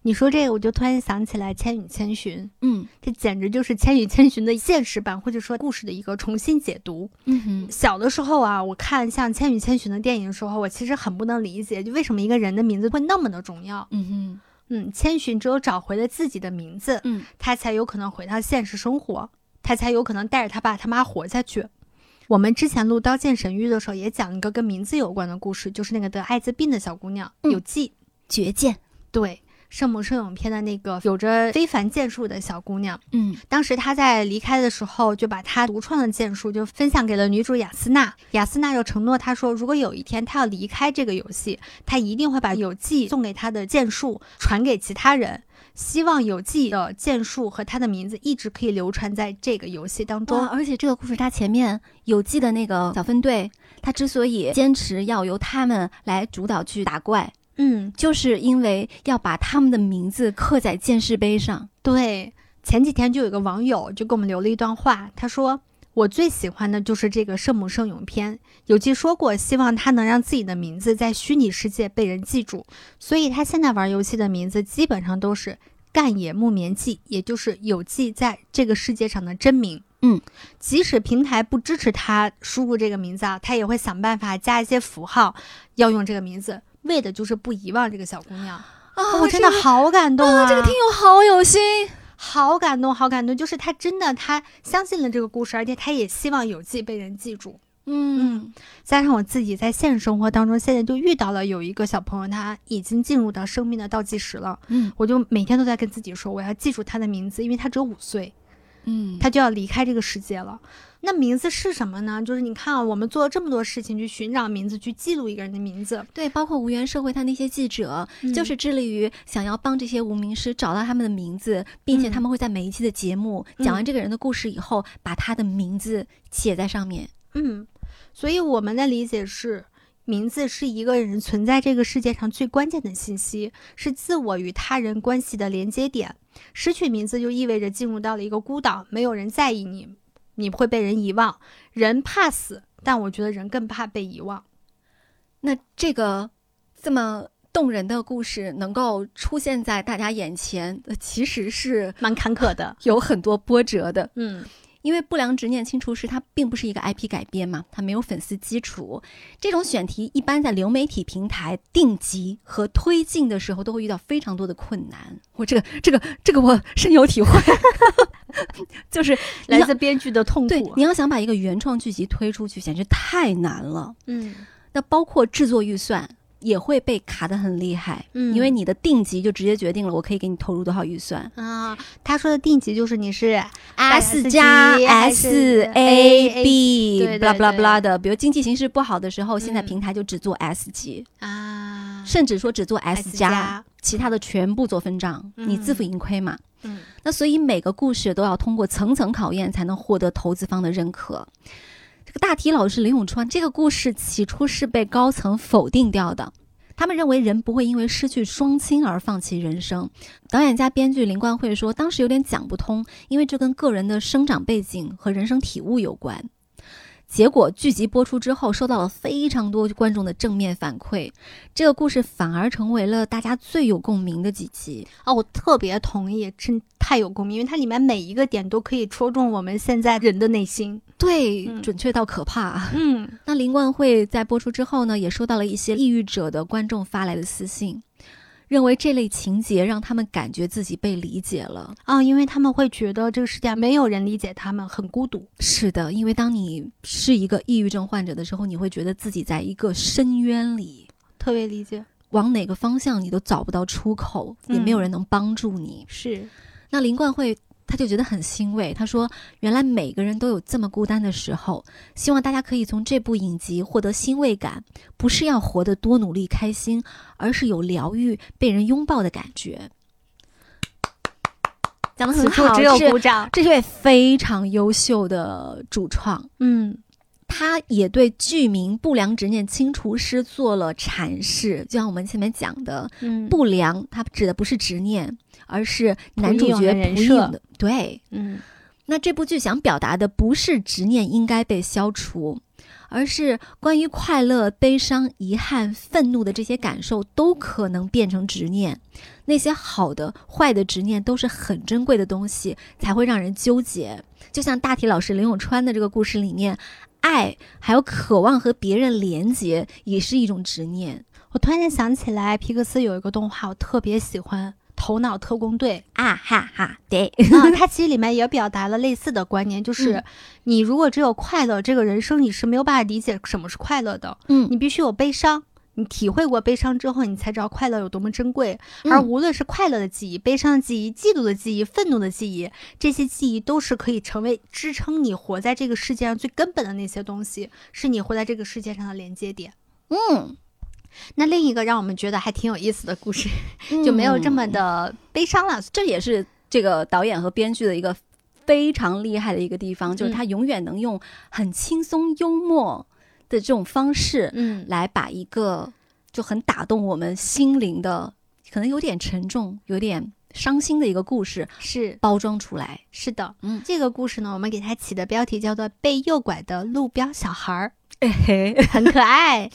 Speaker 2: 你说这个，我就突然想起来《千与千寻》，
Speaker 3: 嗯
Speaker 2: 这简直就是《千与千寻》的现实版，或者说故事的一个重新解读。
Speaker 3: 嗯哼，
Speaker 2: 小的时候啊，我看像《千与千寻》的电影的时候，我其实很不能理解，就为什么一个人的名字会那么的重要。
Speaker 3: 嗯哼，
Speaker 2: 嗯，千寻只有找回了自己的名字，
Speaker 3: 嗯
Speaker 2: 他才有可能回到现实生活，他才有可能带着他爸他妈活下去。我们之前录《刀剑神域》的时候，也讲一个跟名字有关的故事，就是那个得艾滋病的小姑娘
Speaker 3: 嗯
Speaker 2: 有纪，
Speaker 3: 绝见。
Speaker 2: 对《圣母圣咏》篇的那个有着非凡剑术的小姑娘。
Speaker 3: 嗯
Speaker 2: 当时她在离开的时候，就把她独创的剑术就分享给了女主雅斯娜。雅斯娜就承诺她说，如果有一天她要离开这个游戏，她一定会把有纪送给她的剑术传给其他人。希望有纪的剑术和她的名字一直可以流传在这个游戏当
Speaker 3: 哇，
Speaker 2: 中。
Speaker 3: 而且这个故事它前面有记的那个小分队，他之所以坚持要由他们来主导去打怪，
Speaker 2: 嗯，
Speaker 3: 就是因为要把他们的名字刻在剑士碑上。
Speaker 2: 对，前几天就有个网友就给我们留了一段话，他说：“我最喜欢的就是这个《圣母圣咏》篇，有句说过，希望他能让自己的名字在虚拟世界被人记住，所以他现在玩游戏的名字基本上都是干野木棉纪，也就是有纪在这个世界上的真名。”
Speaker 3: 嗯，
Speaker 2: 即使平台不支持他输入这个名字啊，他也会想办法加一些符号，要用这个名字，为的就是不遗忘这个小姑娘。哦
Speaker 3: 啊
Speaker 2: 我真的好感动啊！
Speaker 3: 这个听友好有心，
Speaker 2: 好感动，好感动！就是他真的，他相信了这个故事，而且他也希望有记被人记住。
Speaker 3: 嗯
Speaker 2: 加上我自己在现实生活当中，现在就遇到了有一个小朋友，他已经进入到生命的倒计时了。
Speaker 3: 嗯
Speaker 2: 我就每天都在跟自己说，我要记住他的名字，因为他只有五岁，
Speaker 3: 嗯，
Speaker 2: 他就要离开这个世界了。那名字是什么呢？就是你看、啊，我们做了这么多事情去寻找名字，去记录一个人的名字，
Speaker 3: 对，包括无缘社会，他那些记者、就
Speaker 2: 嗯
Speaker 3: 是致力于想要帮这些无名师找到他们的名字，并且他
Speaker 2: 嗯
Speaker 3: 们会在每一期的节目、讲完
Speaker 2: 嗯
Speaker 3: 这个人的故事以后，把他的名字写在上面。
Speaker 2: 嗯，所以我们的理解是，名字是一个人存在这个世界上最关键的信息，是自我与他人关系的连接点。失去名字就意味着进入到了一个孤岛，没有人在意你，你会被人遗忘。人怕死，但我觉得人更怕被遗忘。
Speaker 3: 那这个这么动人的故事能够出现在大家眼前，呃其实是
Speaker 2: 蛮坎坷的。
Speaker 3: 有很多波折的。
Speaker 2: 嗯
Speaker 3: 因为《不良执念清除师》它并不是一个 IP 改编嘛，它没有粉丝基础。这种选题一般在流媒体平台定级和推进的时候，都会遇到非常多的困难。我这个这个这个我深有体会， 就是
Speaker 2: 来
Speaker 3: 要
Speaker 2: 自编剧的痛
Speaker 3: 对
Speaker 2: 苦啊
Speaker 3: 你。要想把一个原创剧集推出去，简直太难了。
Speaker 2: 嗯
Speaker 3: 那包括制作预算也会被卡得很厉害，
Speaker 2: 嗯
Speaker 3: 因为你的定级就直接决定了我可以给你投入多少预算。
Speaker 2: 啊，他说的定级就是你是
Speaker 3: 阿
Speaker 2: 斯
Speaker 3: 斯加
Speaker 2: 基
Speaker 3: S A
Speaker 2: SAB
Speaker 3: B
Speaker 2: 对对
Speaker 3: blah blah
Speaker 2: 对
Speaker 3: blah 的，比如经济形势不好的时候，现在
Speaker 2: 嗯
Speaker 3: 平台就只做 S 级，
Speaker 2: 啊，
Speaker 3: 甚至说只做 S
Speaker 2: S
Speaker 3: 加，其他的全部做分账，
Speaker 2: 嗯
Speaker 3: 你自负盈亏嘛。
Speaker 2: 嗯
Speaker 3: 那所以每个故事都要通过层层考验，才能获得投资方的认可。这个大体老师林永川这个故事起初是被高层否定掉的，他们认为人不会因为失去双亲而放弃人生。导演加编剧林冠慧说，当时有点讲不通，因为这跟个人的生长背景和人生体悟有关。结果剧集播出之后，收到了非常多观众的正面反馈，这个故事反而成为了大家最有共鸣的几集。
Speaker 2: 啊，我特别同意，真太有共鸣，因为它里面每一个点都可以戳中我们现在人的内心。
Speaker 3: 对，
Speaker 2: 嗯
Speaker 3: 准确到可怕啊！
Speaker 2: 嗯
Speaker 3: 那林冠慧在播出之后呢，也收到了一些抑郁者的观众发来的私信，认为这类情节让他们感觉自己被理解了。
Speaker 2: 啊，因为他们会觉得这个世界没有人理解他们，很孤独。
Speaker 3: 是的，因为当你是一个抑郁症患者的时候，你会觉得自己在一个深渊里，
Speaker 2: 特别理解，
Speaker 3: 往哪个方向你都找不到出口，也没有
Speaker 2: 嗯
Speaker 3: 人能帮助你。
Speaker 2: 是
Speaker 3: 那林冠慧他就觉得很欣慰，他说：“原来每个人都有这么孤单的时候，希望大家可以从这部影集获得欣慰感，不是要活得多努力开心，而是有疗愈、被人拥抱的感觉。”讲的很
Speaker 2: 此处
Speaker 3: 好，
Speaker 2: 只有
Speaker 3: 这
Speaker 2: 鼓掌。
Speaker 3: 这位非常优秀的主创，
Speaker 2: 嗯
Speaker 3: 他也对剧名“不良执念清除师”做了阐释，就像我们前面讲的，
Speaker 2: 嗯
Speaker 3: 不良，它指的不是执念，而是男
Speaker 2: 不
Speaker 3: 主
Speaker 2: 易用
Speaker 3: 角
Speaker 2: 的人
Speaker 3: 不易
Speaker 2: 设
Speaker 3: 用的对
Speaker 2: 嗯
Speaker 3: 那这部剧想表达的不是执念应该被消除，而是关于快乐、悲伤、遗憾、愤怒的这些感受都可能变成执念。那些好的、坏的执念都是很珍贵的东西，才会让人纠结。就像大体老师林永川的这个故事里面，爱还有渴望和别人连结也是一种执念。
Speaker 2: 我突然间想起来，皮克斯有一个动画我特别喜欢，《头脑特工队》
Speaker 3: 啊哈哈，对，
Speaker 2: 啊，它其实里面也表达了类似的观念，就是
Speaker 3: 嗯
Speaker 2: 你如果只有快乐，这个人生你是没有办法理解什么是快乐的，
Speaker 3: 嗯
Speaker 2: 你必须有悲伤。你体会过悲伤之后，你才知道快乐有多么珍贵。而
Speaker 3: 嗯
Speaker 2: 无论是快乐的记忆、悲伤的记忆、嫉妒的记忆、愤怒的记忆，这些记忆都是可以成为支撑你活在这个世界上最根本的那些东西，是你活在这个世界上的连接点。
Speaker 3: 嗯
Speaker 2: 那另一个让我们觉得还挺有意思的故事，就没有这
Speaker 3: 嗯
Speaker 2: 么的悲伤了。
Speaker 3: 这也是这个导演和编剧的一个非常厉害的一个地方，
Speaker 2: 嗯
Speaker 3: 就是他永远能用很轻松幽默的这种方式
Speaker 2: 嗯，
Speaker 3: 来把一个就很打动我们心灵的，可能有点沉重、有点伤心的一个故事
Speaker 2: 是
Speaker 3: 包装出来。
Speaker 2: 是的，
Speaker 3: 嗯
Speaker 2: 这个故事呢，我们给它起的标题叫做《被诱拐的路标小孩儿
Speaker 3: 哎嘿，》，
Speaker 2: 很可爱。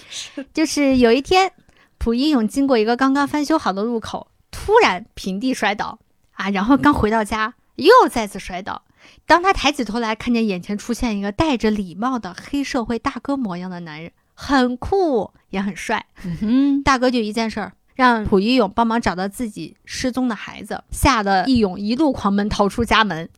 Speaker 2: 就是有一天，蒲英勇经过一个刚刚翻修好的路口，突然平地摔倒啊，然后刚回到家又再次摔倒。当他抬起头来，看见眼前出现一个戴着礼帽的黑社会大哥模样的男人，很酷也很帅。
Speaker 3: 嗯，
Speaker 2: 大哥就一件事儿，让蒲一勇帮忙找到自己失踪的孩子，吓得义勇一路狂奔逃出家门。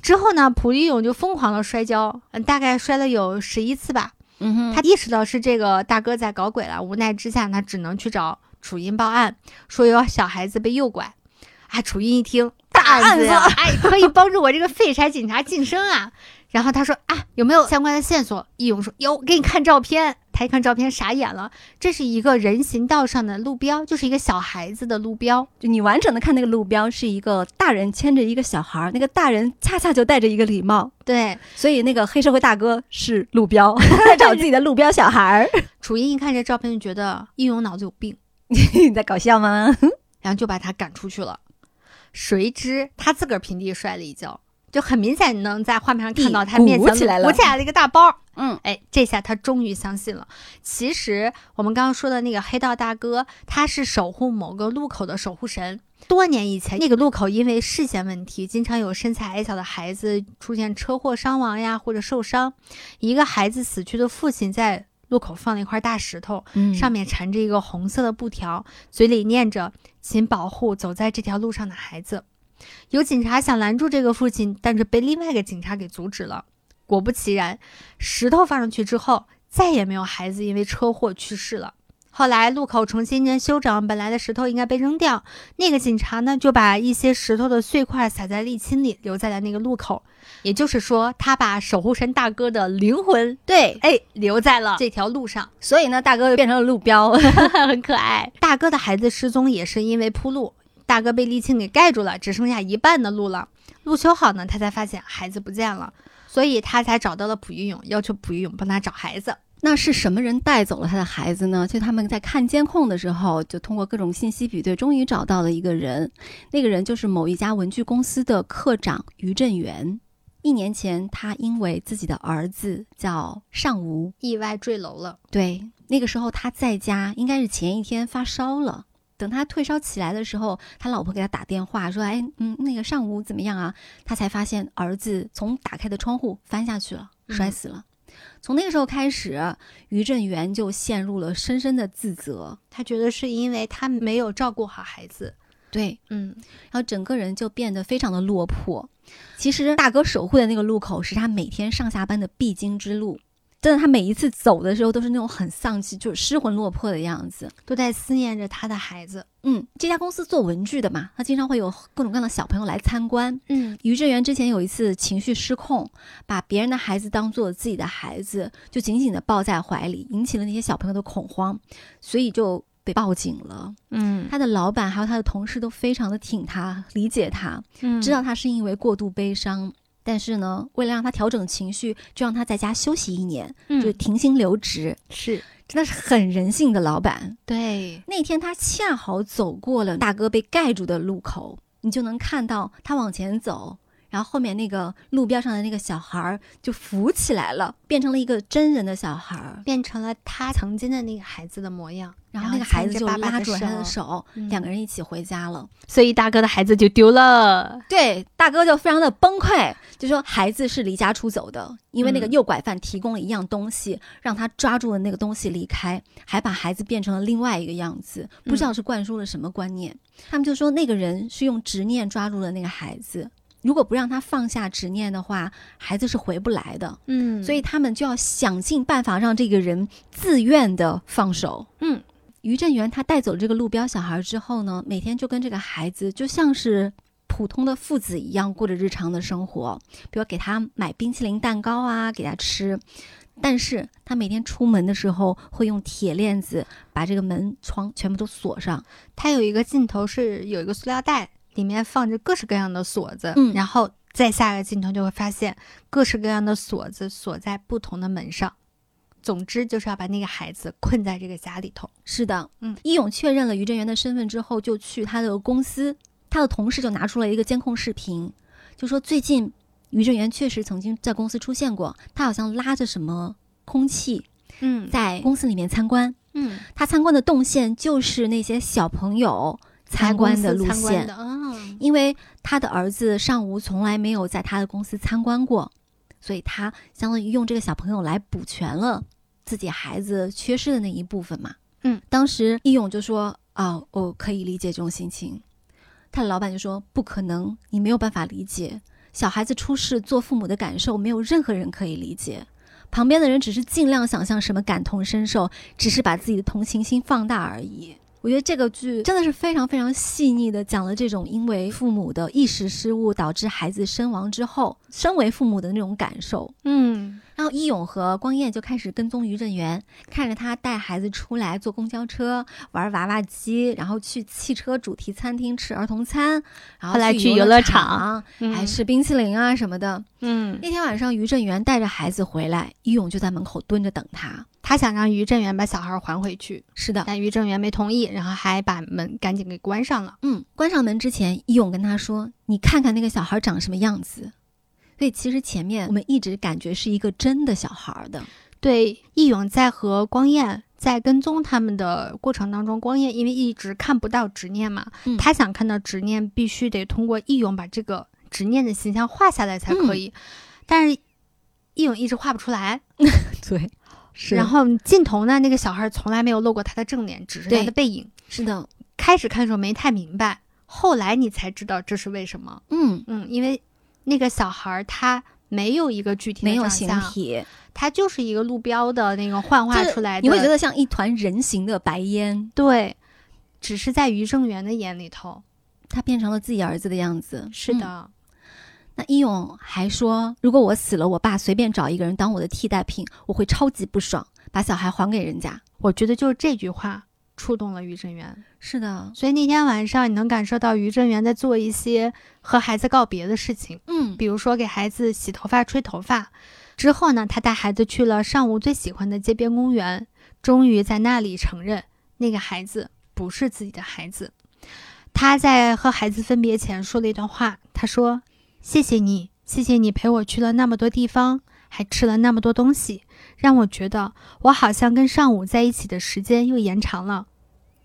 Speaker 2: 之后呢，蒲一勇就疯狂的摔跤，嗯，大概摔了有十一次吧。
Speaker 3: 嗯哼，
Speaker 2: 他意识到是这个大哥在搞鬼了，无奈之下，他只能去找楚英报案，说有小孩子被诱拐。啊，楚英一听，大案子呀，哎，可以帮助我这个废柴警察晋升啊。然后他说啊，有没有相关的线索？义勇说有，给你看照片。他一看照片傻眼了，这是一个人行道上的路标，就是一个小孩子的路标。
Speaker 3: 就你完整的看那个路标，是一个大人牵着一个小孩儿，那个大人恰恰就戴着一个礼帽，
Speaker 2: 对，
Speaker 3: 所以那个黑社会大哥是路标， 在找自己的路标小孩儿。
Speaker 2: 楚英一看这照片就觉得义勇脑子有病。
Speaker 3: 你在搞笑吗？
Speaker 2: 然后就把他赶出去了。谁知他自个儿平地摔了一跤，就很明显能在画面上看到他
Speaker 3: 地
Speaker 2: 面前
Speaker 3: 鼓起来了
Speaker 2: 鼓起来了一个大包。
Speaker 3: 嗯，
Speaker 2: 哎，这下他终于相信了。其实我们刚刚说的那个黑道大哥，他是守护某个路口的守护神。多年以前，那个路口因为视线问题，经常有身材矮小的孩子出现车祸伤亡呀，或者受伤。一个孩子死去的父亲在路口放了一块大石头，
Speaker 3: 嗯
Speaker 2: 上面缠着一个红色的布条，嘴里念着“请保护走在这条路上的孩子”。有警察想拦住这个父亲，但是被另外一个警察给阻止了。果不其然，石头放上去之后，再也没有孩子因为车祸去世了。后来路口重新人修整，本来的石头应该被扔掉，那个警察呢就把一些石头的碎块撒在沥青里，留在了那个路口。也就是说，他把守护神大哥的灵魂，
Speaker 3: 对，
Speaker 2: 哎，留在了这条路上。
Speaker 3: 所以呢，大哥就变成了路标。
Speaker 2: 很可爱。大哥的孩子失踪也是因为铺路，大哥被沥青给盖住了，只剩下一半的路了。路修好呢，他才发现孩子不见了，所以他才找到了蒲玉勇，要求蒲玉勇帮他找孩子。
Speaker 3: 那是什么人带走了他的孩子呢？就他们在看监控的时候，就通过各种信息比对，终于找到了一个人。那个人就是某一家文具公司的科长于振元。一年前，他因为自己的儿子叫尚吴，
Speaker 2: 意外坠楼了，
Speaker 3: 对，那个时候他在家，应该是前一天发烧了。等他退烧起来的时候，他老婆给他打电话说：“哎，嗯，那个上午怎么样啊？”他才发现儿子从打开的窗户翻下去了，
Speaker 2: 嗯
Speaker 3: 摔死了。从那个时候开始，于振元就陷入了深深的自责，
Speaker 2: 他觉得是因为他没有照顾好孩子。
Speaker 3: 对，
Speaker 2: 嗯，
Speaker 3: 然后整个人就变得非常的落魄。其实大哥守护的那个路口是他每天上下班的必经之路，真的，他每一次走的时候都是那种很丧气，就是失魂落魄的样子。
Speaker 2: 都在思念着他的孩子。
Speaker 3: 嗯，这家公司做文具的嘛，他经常会有各种各样的小朋友来参观。
Speaker 2: 嗯，
Speaker 3: 于正元之前有一次情绪失控，把别人的孩子当做自己的孩子，就紧紧的抱在怀里，引起了那些小朋友的恐慌，所以就被报警了。
Speaker 2: 嗯，
Speaker 3: 他的老板还有他的同事都非常的挺他，理解他，知
Speaker 2: 知道
Speaker 3: 道他是因为过度悲伤。但是呢，为了让他调整情绪，就让他在家休息一年，
Speaker 2: 嗯
Speaker 3: 就是停薪留职，
Speaker 2: 是
Speaker 3: 真的是很人性的老板。
Speaker 2: 对，
Speaker 3: 那天他恰好走过了大哥被盖住的路口，你就能看到他往前走，然后后面那个路边上的那个小孩儿就浮起来了，变成了一个真人的小孩儿。
Speaker 2: 变成了他曾经的那个孩子的模样，
Speaker 3: 然后那个孩子就
Speaker 2: 爸爸
Speaker 3: 拉住了他的，手，
Speaker 2: 嗯
Speaker 3: 两个人一起回家了。
Speaker 2: 所以大哥的孩子就丢了。
Speaker 3: 对，大哥就非常的崩溃，就说孩子是离家出走的，因为那个
Speaker 2: 嗯
Speaker 3: 诱拐犯提供了一样东西，让他抓住了那个东西离开，还把孩子变成了另外一个样子，不知道是灌输了什么观念。他们就说那个人是用执念抓住了那个孩子，如果不让他放下执念的话，孩子是回不来的。
Speaker 2: 嗯
Speaker 3: 所以他们就要想尽办法让这个人自愿的放手。
Speaker 2: 嗯，
Speaker 3: 于振元他带走了这个路标小孩之后呢，每天就跟这个孩子就像是。普通的父子一样过着日常的生活，比如给他买冰淇淋、蛋糕啊，给他吃。但是他每天出门的时候会用铁链子把这个门窗全部都锁上。
Speaker 2: 它有一个镜头是有一个塑料袋，里面放着各式各样的锁子，
Speaker 3: 嗯
Speaker 2: 然后再下一个镜头就会发现各式各样的锁子锁在不同的门上。总之就是要把那个孩子困在这个家里头。
Speaker 3: 是的，
Speaker 2: 嗯，
Speaker 3: 一勇确认了于振元的身份之后，就去他的公司，他的同事就拿出了一个监控视频，就说最近于振元确实曾经在公司出现过，他好像拉着什么空气
Speaker 2: 嗯
Speaker 3: 在公司里面参观，
Speaker 2: 嗯，
Speaker 3: 他参观的动线就是那些小朋友参观的路
Speaker 2: 参观
Speaker 3: 线
Speaker 2: 的，，嗯
Speaker 3: 因为他的儿子尚无从来没有在他的公司参观过，所以他相当于用这个小朋友来补全了自己孩子缺失的那一部分嘛。
Speaker 2: 嗯，
Speaker 3: 当时义勇就说：“啊，我可以理解这种心情。”他的老板就说：“不可能，你没有办法理解小孩子出事做父母的感受，没有任何人可以理解。”旁边的人只是尽量想象什么感同身受，只是把自己的同情心放大而已。我觉得这个剧真的是非常非常细腻的讲了这种因为父母的一时失误导致孩子身亡之后，身为父母的那种感受。
Speaker 2: 嗯
Speaker 3: 然后一勇和光彦就开始跟踪于振元，看着他带孩子出来坐公交车、玩娃娃机，然后去汽车主题餐厅吃儿童餐，然
Speaker 2: 后来去
Speaker 3: 去
Speaker 2: 游
Speaker 3: 游
Speaker 2: 乐
Speaker 3: 场，
Speaker 2: 嗯
Speaker 3: 还吃冰淇淋啊什么的。
Speaker 2: 嗯，
Speaker 3: 那天晚上，于振元带着孩子回来，一勇就在门口蹲着等他。
Speaker 2: 他想让于正元把小孩还回去，
Speaker 3: 是的，
Speaker 2: 但于正元没同意，然后还把门赶紧给关上了。
Speaker 3: 嗯，关上门之前，一勇跟他说：“你看看那个小孩长什么样子。”所以其实前面我们一直感觉是一个真的小孩儿的，
Speaker 2: 对，义勇在和光彦在跟踪他们的过程当中，光彦因为一直看不到执念嘛，
Speaker 3: 嗯
Speaker 2: 他想看到执念，必须得通过义勇把这个执念的形象画下来才可
Speaker 3: 嗯
Speaker 2: 以。但是义勇一直画不出来，
Speaker 3: 对，是
Speaker 2: 然
Speaker 3: 然后
Speaker 2: 后镜头呢，那个小孩从来没有露过他的正脸，只是他
Speaker 3: 对
Speaker 2: 的背影。
Speaker 3: 是的，
Speaker 2: 开始看的时候没太明白，后来你才知道这是为什么。
Speaker 3: 嗯，
Speaker 2: 嗯，因为那个小孩他没有一个具体的
Speaker 3: 没有
Speaker 2: 长
Speaker 3: 形
Speaker 2: 相，
Speaker 3: 体，
Speaker 2: 他就是一个路标的那个幻化
Speaker 3: 就是
Speaker 2: 出来的，
Speaker 3: 你会觉得像一团人形的白烟，
Speaker 2: 对，只是在于正元的眼里头。
Speaker 3: 他变成了自己儿子的样子。嗯
Speaker 2: 的，
Speaker 3: 那一勇还说，如果我死了，我爸随便找一个人当我的替代品，我会超级不爽，把小孩还给人家。
Speaker 2: 我觉得就是这句话触动了于正元，
Speaker 3: 是的，
Speaker 2: 所以那天晚上你能感受到于正元在做一些和孩子告别的事情，
Speaker 3: 嗯，
Speaker 2: 比如说给孩子洗头发、吹头发。之后呢，他带孩子去了上午最喜欢的街边公园，终于在那里承认那个孩子不是自己的孩子。他在和孩子分别前说了一段话，他说：“谢谢你，谢谢你陪我去了那么多地方，还吃了那么多东西，让我觉得我好像跟上午在一起的时间又延长了。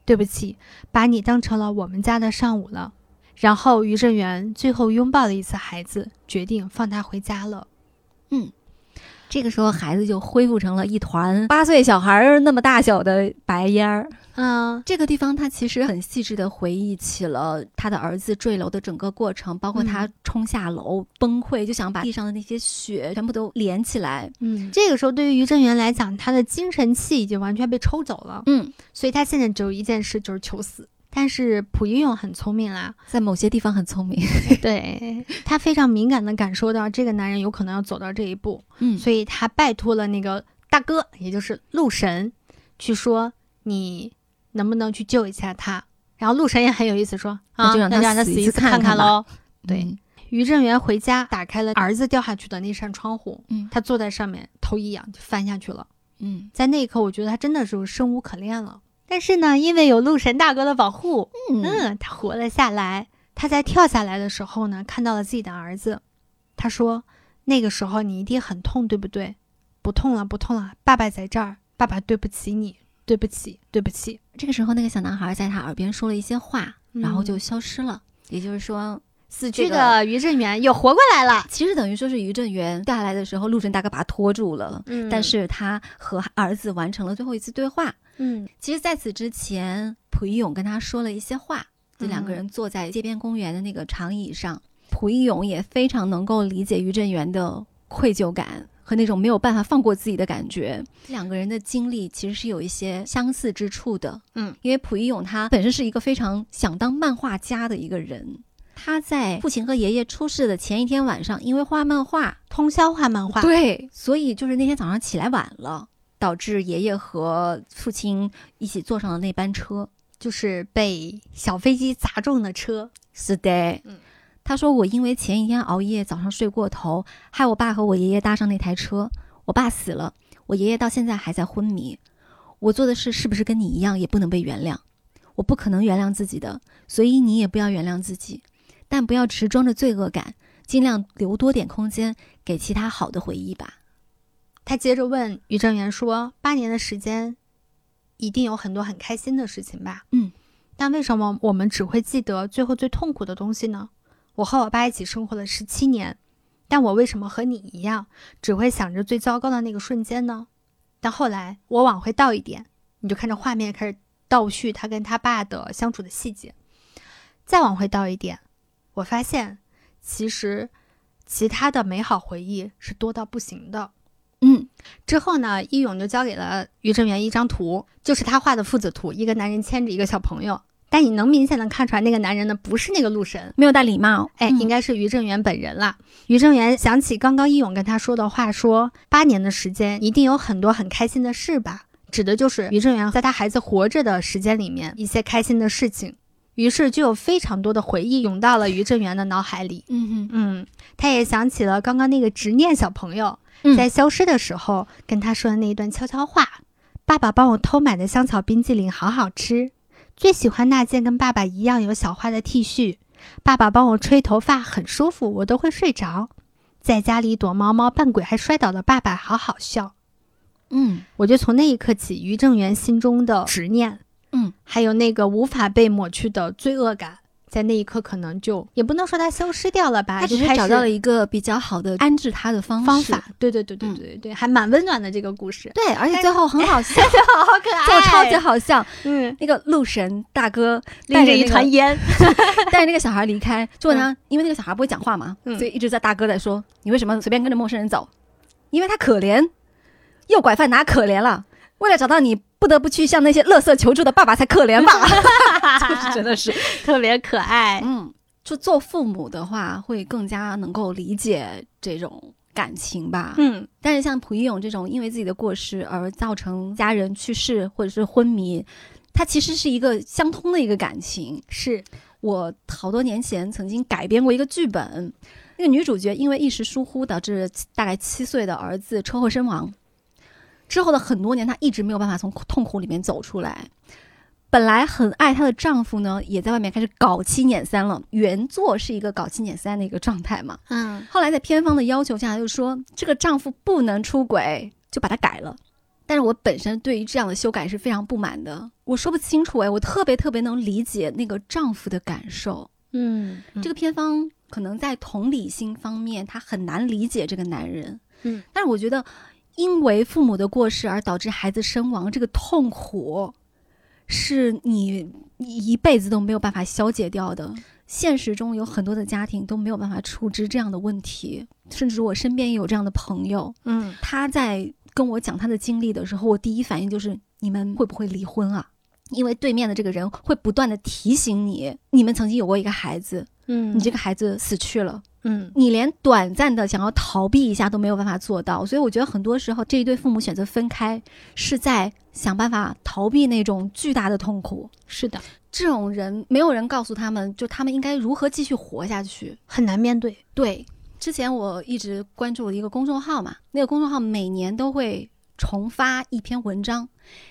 Speaker 2: 对不起，把你当成了我们家的上午了。”然后于正元最后拥抱了一次孩子，决定放他回家了。
Speaker 3: 这个时候，孩子就恢复成了一团八岁小孩儿那么大小的白烟儿。
Speaker 2: 嗯
Speaker 3: 这个地方，他其实很细致的回忆起了他的儿子坠楼的整个过程，包括他冲下楼、崩溃，就想把地上的那些血全部都连起来。
Speaker 2: 嗯，这个时候对于于正元来讲，他的精神气已经完全被抽走了，
Speaker 3: 嗯，
Speaker 2: 所以他现在只有一件事就是求死。但是朴一勇很聪明啦，
Speaker 3: 在某些地方很 聪明。
Speaker 2: 对他非常敏感的感受到这个男人有可能要走到这一步，
Speaker 3: 嗯
Speaker 2: 所以他拜托了那个大哥，也就是陆神，去说你能不能去救一下他。然后陆神也很有意思说，
Speaker 3: 那
Speaker 2: 啊，
Speaker 3: 就让
Speaker 2: 那
Speaker 3: 他
Speaker 2: 让他
Speaker 3: 死
Speaker 2: 死一
Speaker 3: 一次
Speaker 2: 次
Speaker 3: 看
Speaker 2: 看
Speaker 3: 看吧
Speaker 2: 喽。对
Speaker 3: 对，
Speaker 2: 于正元回家，打开了儿子掉下去的那扇窗户，
Speaker 3: 嗯
Speaker 2: 他坐在上面，头一仰就翻下去了。
Speaker 3: 嗯
Speaker 2: 在那一刻，我觉得他真的是生无可恋了。但是呢，因为有陆神大哥的保护，
Speaker 3: 嗯
Speaker 2: 嗯，他活了下来。他在跳下来的时候呢，看到了自己的儿子，他说：“那个时候你一定很痛，对不对？不痛了，不痛了，爸爸在这儿，爸爸对不起你，对不起，对不起。
Speaker 3: 这个时候，那个小男孩在他耳边说了一些话，
Speaker 2: 嗯
Speaker 3: 然后就消失了。也就是说，”
Speaker 2: 死
Speaker 3: 这
Speaker 2: 去
Speaker 3: 个
Speaker 2: 的于正元又活过来了，
Speaker 3: 其实等于说是于正元下来的时候，陆正大哥把他拖住了，
Speaker 2: 嗯
Speaker 3: 但是他和儿子完成了最后一次对话。
Speaker 2: 嗯
Speaker 3: 其实，在此之前，蒲一勇跟他说了一些话，就两
Speaker 2: 嗯
Speaker 3: 个人坐在街边公园的那个长椅上。蒲一勇也非常能够理解于正元的愧疚感和那种没有办法放过自己的感觉。两个人的经历其实是有一些相似之处的，
Speaker 2: 嗯，
Speaker 3: 因为蒲一勇他本身是一个非常想当漫画家的一个人。他在父亲和爷爷出事的前一天晚上，因为画漫画，
Speaker 2: 通宵画漫画，
Speaker 3: 对，所以就是那天早上起来晚了，导致爷爷和父亲一起坐上了那班车。
Speaker 2: 就是被小飞机砸中的车，
Speaker 3: 是的，
Speaker 2: 嗯
Speaker 3: 他说我因为前一天熬夜，早上睡过头，害我爸和我爷爷搭上那台车，我爸死了，我爷爷到现在还在昏迷。我做的事是不是跟你一样也不能被原谅？我不可能原谅自己的，所以你也不要原谅自己，但不要持装着罪恶感，尽量留多点空间给其他好的回忆吧。
Speaker 2: 他接着问于正元说：“八年的时间，一定有很多很开心的事情吧？
Speaker 3: 嗯，
Speaker 2: 但为什么我们只会记得最后最痛苦的东西呢？我和我爸一起生活了十七年，但我为什么和你一样，只会想着最糟糕的那个瞬间呢？但后来我往回倒一点，你就看着画面开始倒叙他跟他爸的相处的细节，再往回倒一点，我发现其实其他的美好回忆是多到不行的。”
Speaker 3: 嗯，
Speaker 2: 之后呢，一勇就交给了于正元一张图，就是他画的父子图，一个男人牵着一个小朋友，但你能明显的看出来，那个男人呢不是那个陆神，
Speaker 3: 没有戴礼帽，
Speaker 2: 哎，
Speaker 3: 嗯
Speaker 2: 应该是于正元本人啦。于正元想起刚刚一勇跟他说的话说，八年的时间一定有很多很开心的事吧，指的就是于正元在他孩子活着的时间里面一些开心的事情，于是就有非常多的回忆涌到了于正元的脑海里。
Speaker 3: 嗯
Speaker 2: 嗯，他也想起了刚刚那个执念小朋友，
Speaker 3: 哼，
Speaker 2: 嗯在消失的时候跟他说的那一段悄悄话：“爸爸帮我偷买的香草冰激凌好好吃，最喜欢那件跟爸爸一样有小花的 T 恤。爸爸帮我吹头发很舒服，我都会睡着。在家里躲猫猫、扮鬼还摔倒的爸爸好好笑。”
Speaker 3: 嗯
Speaker 2: 我就从那一刻起，于正元心中的执念，
Speaker 3: 嗯，
Speaker 2: 还有那个无法被抹去的罪恶感，在那一刻可能就也不能说他消失掉了吧，
Speaker 3: 他只
Speaker 2: 就是开
Speaker 3: 找
Speaker 2: 始
Speaker 3: 到了一个比较好的安置他的方
Speaker 2: 方
Speaker 3: 式
Speaker 2: 法。对对对对
Speaker 3: 嗯
Speaker 2: 对对对，还蛮温暖的这个故事。
Speaker 3: 对，而且最后很好笑，
Speaker 2: 好可爱
Speaker 3: 最后超级好笑。
Speaker 2: 嗯，
Speaker 3: 那个鹿神大哥
Speaker 2: 拎
Speaker 3: 带
Speaker 2: 着
Speaker 3: 那
Speaker 2: 一
Speaker 3: 个
Speaker 2: 团，烟，
Speaker 3: 带着那个小孩离开，就问他，因为那个小孩不会讲话嘛，
Speaker 2: 嗯
Speaker 3: 所以一直在大哥在说，你为什么随便跟着陌生人走？因为他可怜，诱拐犯哪可怜了？为了找到你，不得不去向那些垃圾求助的爸爸才可怜吧？就是真的是，
Speaker 2: 特别可爱。
Speaker 3: 嗯，就做父母的话，会更加能够理解这种感情吧。
Speaker 2: 嗯
Speaker 3: 但是像蒲一勇这种因为自己的过失而造成家人去世或者是昏迷，它其实是一个相通的一个感情。
Speaker 2: 是，
Speaker 3: 我好多年前曾经改编过一个剧本，那个女主角因为一时疏忽导致大概七岁的儿子车祸身亡，之后的很多年她一直没有办法从痛苦里面走出来。本来很爱她的丈夫呢，也在外面开始搞七撵三了。原作是一个搞七撵三的一个状态嘛，
Speaker 2: 嗯
Speaker 3: 后来在片方的要求下，就说这个丈夫不能出轨，就把它改了。但是我本身对于这样的修改是非常不满的，我说不清楚哎，我特别特别能理解那个丈夫的感受。
Speaker 2: 嗯，
Speaker 3: 这
Speaker 2: 这
Speaker 3: 个
Speaker 2: 个
Speaker 3: 片方可能在同理心方面，他很难理解这个男人。
Speaker 2: 嗯，
Speaker 3: 但是我觉得，因为父母的过世而导致孩子身亡，这个痛苦是你一辈子都没有办法消解掉的。现实中有很多的家庭都没有办法处置这样的问题，甚至我身边也有这样的朋友，
Speaker 2: 嗯
Speaker 3: 他在跟我讲他的经历的时候，我第一反应就是：你们会不会离婚啊？因为对面的这个人会不断的提醒你，你们曾经有过一个孩子，
Speaker 2: 嗯
Speaker 3: 你这个孩子死去了，
Speaker 2: 嗯
Speaker 3: 你连短暂的想要逃避一下都没有办法做到，所以我觉得很多时候这一对父母选择分开，是在想办法逃避那种巨大的痛苦。
Speaker 2: 是的，
Speaker 3: 这种人没有人告诉他们，就他们应该如何继续活下去。
Speaker 2: 很难面对。
Speaker 3: 对，之前我一直关注了一个公众号嘛，那个公众号每年都会重发一篇文章，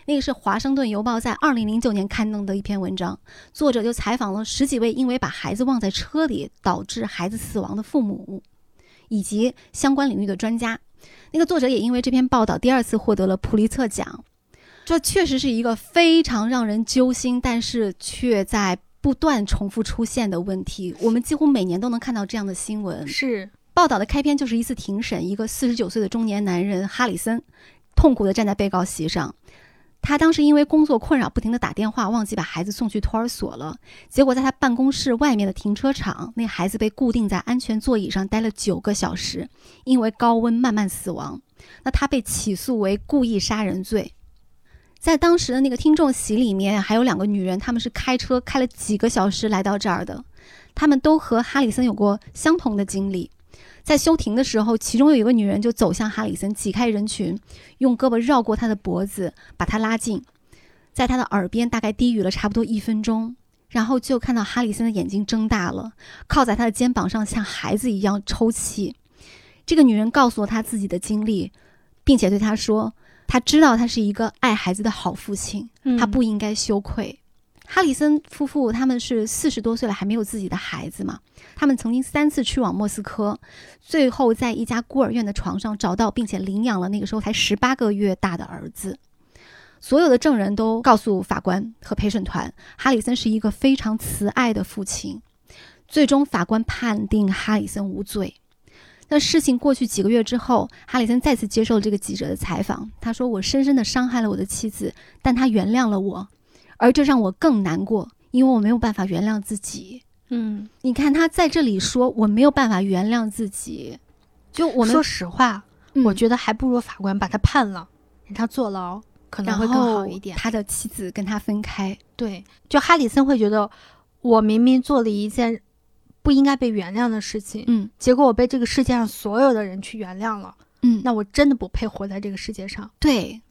Speaker 3: 那个是《华盛顿邮报》在二零零九年刊登的一篇文章，作者就采访了十几位因为把孩子忘在车里导致孩子死亡的父母，以及相关领域的专家。那个作者也因为这篇报道第二次获得了普利策奖。这确实是一个非常让人揪心，但是却在不断重复出现的问题。我们几乎每年都能看到这样的新闻。
Speaker 2: 是
Speaker 3: 报道的开篇就是一次庭审，一个四十九岁的中年男人哈里森，痛苦地站在被告席上。他当时因为工作困扰，不停地打电话，忘记把孩子送去托儿所了。结果在他办公室外面的停车场，那孩子被固定在安全座椅上待了九个小时，因为高温慢慢死亡。那他被起诉为故意杀人罪。在当时的那个听众席里面，还有两个女人，她们是开车开了几个小时来到这儿的，她们都和哈里森有过相同的经历。在休庭的时候，其中有一个女人就走向哈里森，挤开人群，用胳膊绕过他的脖子，把他拉近，在他的耳边大概低语了差不多一分钟，然后就看到哈里森的眼睛睁大了，靠在他的肩膀上，像孩子一样抽泣。这个女人告诉了他自己的经历，并且对他说，他知道他是一个爱孩子的好父亲，
Speaker 2: 嗯
Speaker 3: 他不应该羞愧。哈里森夫妇他们是四十多岁了还没有自己的孩子嘛，他们曾经三次去往莫斯科，最后在一家孤儿院的床上找到并且领养了那个时候才十八个月大的儿子。所有的证人都告诉法官和陪审团，哈里森是一个非常慈爱的父亲。最终，法官判定哈里森无罪。那事情过去几个月之后，哈里森再次接受这个记者的采访，他说：“我深深地伤害了我的妻子，但他原谅了我，而这让我更难过，因为我没有办法原谅自己。”
Speaker 2: 嗯，
Speaker 3: 你看他在这里说我没有办法原谅自己，就我
Speaker 2: 我
Speaker 3: 们
Speaker 2: 说实话，
Speaker 3: 嗯
Speaker 2: 我觉得还不如法官把他判了，让他坐牢可能
Speaker 3: 然
Speaker 2: 会更好
Speaker 3: 后
Speaker 2: 一点。
Speaker 3: 他的妻子跟他分开，
Speaker 2: 对，就哈里森会觉得，我明明做了一件不应该被原谅的事情，
Speaker 3: 嗯
Speaker 2: 结果我被这个世界上所有的人去原谅了，
Speaker 3: 嗯，
Speaker 2: 那我真的不配活在这个世界上。
Speaker 3: 对，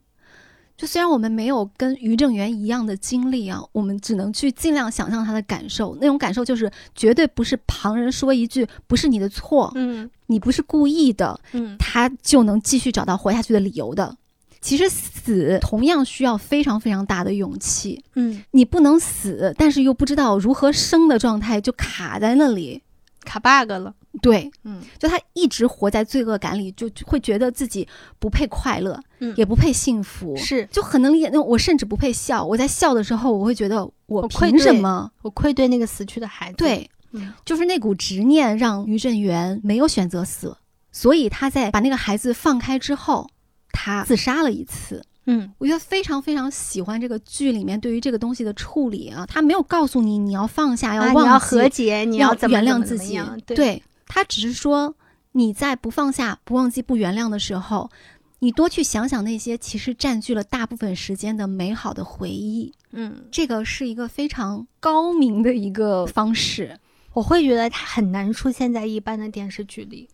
Speaker 3: 就虽然我们没有跟于正元一样的经历啊，我们只能去尽量想象他的感受，那种感受就是绝对不是旁人说一句不是你的错，
Speaker 2: 嗯
Speaker 3: 你不是故意的，
Speaker 2: 嗯，
Speaker 3: 他就能继续找到活下去的理由的。其实死同样需要非常非常大的勇气，
Speaker 2: 嗯，
Speaker 3: 你不能死，但是又不知道如何生的状态就卡在那里。
Speaker 2: 卡 bug 了。
Speaker 3: 对，
Speaker 2: 嗯
Speaker 3: 就他一直活在罪恶感里，就就会觉得自己不配快乐，
Speaker 2: 嗯
Speaker 3: 也不配幸福，
Speaker 2: 是
Speaker 3: 就很能理解。那我甚至不配笑，我在笑的时候，我会觉得我
Speaker 2: 我愧
Speaker 3: 凭什
Speaker 2: 对
Speaker 3: 么？
Speaker 2: 我愧对那个死去的孩子。
Speaker 3: 对，
Speaker 2: 嗯
Speaker 3: 就是那股执念让于振元没有选择死，所以他在把那个孩子放开之后，他自杀了一次。
Speaker 2: 嗯
Speaker 3: 我觉得非常非常喜欢这个剧里面对于这个东西的处理啊，他没有告诉你你要放下，
Speaker 2: 啊，你
Speaker 3: 忘记，
Speaker 2: 要和解，你
Speaker 3: 要
Speaker 2: 怎么
Speaker 3: 原
Speaker 2: 怎
Speaker 3: 谅
Speaker 2: 么
Speaker 3: 自
Speaker 2: 怎么
Speaker 3: 己
Speaker 2: 样，对
Speaker 3: 对他只是说你在不放下、不忘记、不原谅的时候，你多去想想那些其实占据了大部分时间的美好的回忆，
Speaker 2: 嗯，
Speaker 3: 这个是一个非常高明的一个方式。
Speaker 2: 我会觉得他很难出现在一般的电视剧里。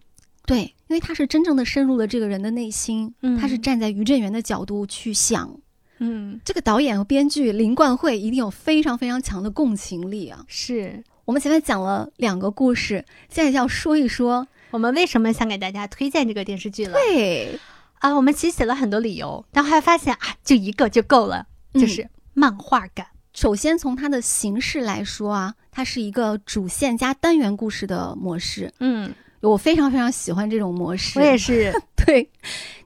Speaker 3: 对，因为他是真正的深入了这个人的内心，
Speaker 2: 嗯
Speaker 3: 他是站在于正元的角度去想
Speaker 2: 嗯，
Speaker 3: 这个导演和编剧林冠慧一定有非常非常强的共情力啊！
Speaker 2: 是
Speaker 3: 我们前面讲了两个故事，现在要说一说，
Speaker 2: 我们为什么想给大家推荐这个电视剧了？
Speaker 3: 对，
Speaker 2: 啊，我们其实写了很多理由，但后来发现啊，就一个就够了，就
Speaker 3: 就是、
Speaker 2: 是漫画感。
Speaker 3: 首先从它的形式来说啊，它是一个主线加单元故事的模式，
Speaker 2: 嗯，
Speaker 3: 我非常非常喜欢这种模式。
Speaker 2: 我也是，
Speaker 3: 对，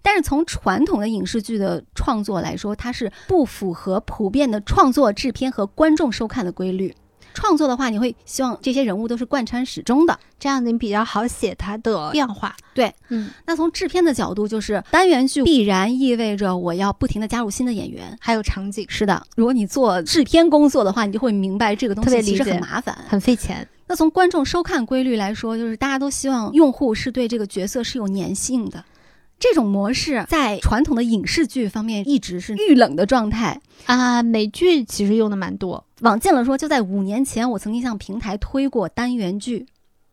Speaker 3: 但是从传统的影视剧的创作来说，它是不符合普遍的创作、制片和观众收看的规律。创作的话，你会希望这些人物都是贯穿始终的。
Speaker 2: 这样你比较好写它 的变化。
Speaker 3: 对，
Speaker 2: 嗯，
Speaker 3: 那从制片的角度，就是单元剧必然意味着我要不停的加入新的演员。
Speaker 2: 还有场景
Speaker 3: 是的，如果你做制片工作的话，你就会明白这个东
Speaker 2: 特别
Speaker 3: 西
Speaker 2: 理解
Speaker 3: 其实很麻烦。
Speaker 2: 很费钱。
Speaker 3: 那从观众收看规律来说，就是大家都希望用户是对这个角色是有粘性的。这种模式在传统的影视剧方面一直是遇冷的状态。
Speaker 2: 啊，美剧其实用的蛮多，
Speaker 3: 往近了说，就在五年前，我曾经向平台推过单元剧，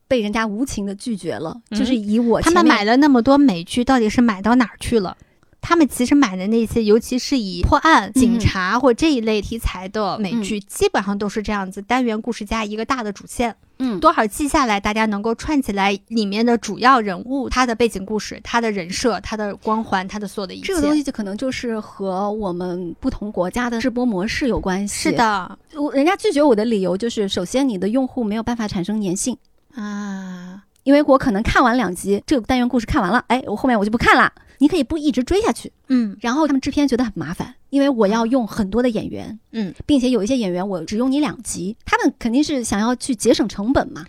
Speaker 3: 被人家无情的拒绝了。
Speaker 2: 嗯
Speaker 3: 就是以我
Speaker 2: 他
Speaker 3: 呃前
Speaker 2: 们
Speaker 3: 面
Speaker 2: 买了那么多美剧，到底是买到哪儿去了？他们其实买的那些，尤其是以破案、
Speaker 3: 嗯
Speaker 2: 警察或这一类题材的美剧，基本上都是这样子，单元故事加一个大的主线。
Speaker 3: 嗯
Speaker 2: 多少记下来，大家能够串起来里面的主要人物、他的背景故事、他的人设、他的光环、他的所有的一切。
Speaker 3: 这个东西就可能就是和我们不同国家的直播模式有关系。
Speaker 2: 是，的
Speaker 3: 我人家拒绝我的理由就是，首先你的用户没有办法产生粘性，
Speaker 2: 啊，
Speaker 3: 因为我可能看完两集这个单元故事看完了，哎，我后面我就不看了。你可以不一直追下去，
Speaker 2: 嗯
Speaker 3: 然后他们制片觉得很麻烦，因为我要用很多的演员，
Speaker 2: 嗯，
Speaker 3: 并且有一些演员我只用你两集，他们肯定是想要去节省成本嘛。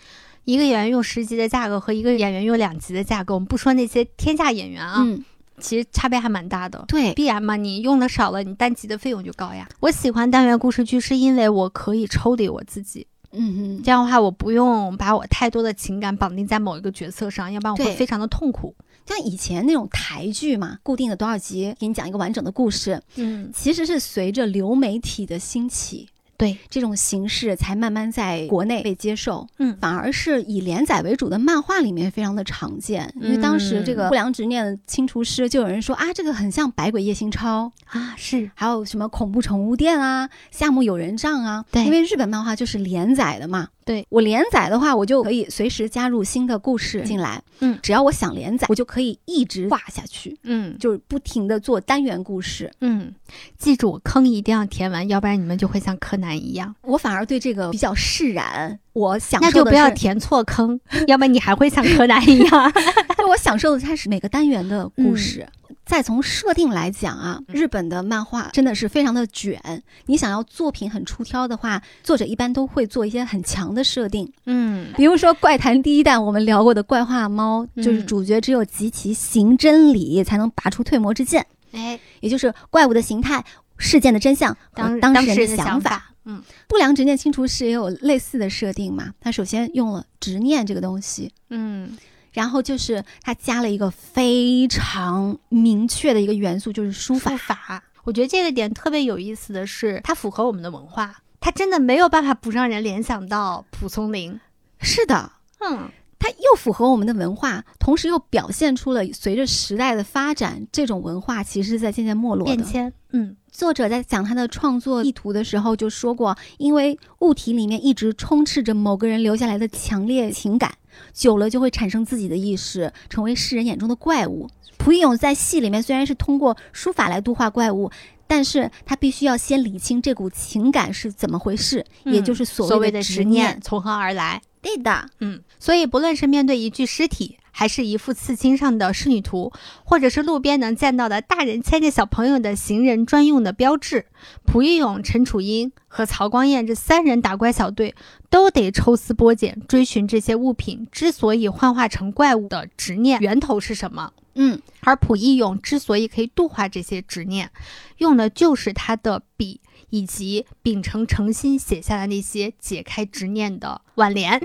Speaker 2: 一个演员用十集的价格和一个演员用两集的价格，我们不说那些天价演员啊，
Speaker 3: 嗯，
Speaker 2: 其实差别还蛮大的。
Speaker 3: 对，
Speaker 2: 必然嘛，你用的少了，你单集的费用就高呀。我喜欢单元故事剧，是因为我可以抽离我自己，
Speaker 3: 嗯
Speaker 2: 这样的话我不用把我太多的情感绑定在某一个角色上，要不然我会
Speaker 3: 对
Speaker 2: 非常的痛苦。
Speaker 3: 像以前那种台剧嘛，固定的多少集给你讲一个完整的故事，
Speaker 2: 嗯，
Speaker 3: 其实是随着流媒体的兴起，
Speaker 2: 对，
Speaker 3: 这种形式才慢慢在国内被接受。
Speaker 2: 嗯
Speaker 3: 反而是以连载为主的漫画里面非常的常见，因为当时这个
Speaker 2: 嗯
Speaker 3: 不良执念的清除师就有人说啊，这个很像《百鬼夜行抄》，
Speaker 2: 啊，是
Speaker 3: 还有什么恐怖宠物店啊、夏目友人帐啊，
Speaker 2: 对
Speaker 3: 因为日本漫画就是连载的嘛。
Speaker 2: 对
Speaker 3: 我连载的话，我就可以随时加入新的故事进来。
Speaker 2: 嗯
Speaker 3: 只要我想连载，我就可以一直画下去，
Speaker 2: 嗯
Speaker 3: 就是不停的做单元故事。
Speaker 2: 嗯，记住坑一定要填完，要不然你们就会像柯南一样。
Speaker 3: 我反而对这个比较释然。我享受
Speaker 2: 那
Speaker 3: 的
Speaker 2: 就不要
Speaker 3: 是
Speaker 2: 填错坑，要不然你还会像柯南一样。
Speaker 3: 对我享受的它是每个单元的故事。再从设定来讲啊，
Speaker 2: 嗯
Speaker 3: 日本的漫画真的是非常的卷。你想要作品很出挑的话，作者一般都会做一些很强的设定。
Speaker 2: 嗯
Speaker 3: 比如说《怪谈第一弹》，我们聊过的怪话猫，就是主角只有集齐行真理，才能拔出退魔之剑，
Speaker 2: 哎，
Speaker 3: 也就是怪物的形态、事件的真相
Speaker 2: 当
Speaker 3: 和当事
Speaker 2: 时
Speaker 3: 人
Speaker 2: 的
Speaker 3: 的想法。
Speaker 2: 法，嗯
Speaker 3: 不良执念清除师也有类似的设定嘛？他首先用了执念这个东西，
Speaker 2: 嗯
Speaker 3: 然后就是他加了一个非常明确的一个元素，就是书法。
Speaker 2: 法。我觉得这个点特别有意思的是，它符合我们的文化，它真的没有办法不让人联想到蒲松龄。
Speaker 3: 是的，
Speaker 2: 嗯，
Speaker 3: 它又符合我们的文化，同时又表现出了随着时代的发展，这种文化其实是在渐渐没落的。
Speaker 2: 变迁，嗯
Speaker 3: 作者在讲他的创作意图的时候就说过，因为物体里面一直充斥着某个人留下来的强烈情感，久了就会产生自己的意识，成为世人眼中的怪物。蒲一勇在戏里面虽然是通过书法来度化怪物，但是他必须要先理清这股情感是怎么回事，也就是
Speaker 2: 嗯所
Speaker 3: 谓
Speaker 2: 的
Speaker 3: 执
Speaker 2: 执念。从何而来。
Speaker 3: 对的，
Speaker 2: 嗯，所以不论是面对一具尸体，还是一副刺青上的仕女图，或者是路边能见到的大人牵着小朋友的行人专用的标志，蒲一勇、陈楚英和曹光彦这三人打怪小队都得抽丝剥茧，追寻这些物品之所以幻化成怪物的执念源头是什么。
Speaker 3: 嗯，
Speaker 2: 而蒲一勇之所以可以度化这些执念，用的就是他的笔。以及秉承诚心写下的那些解开执念的挽联，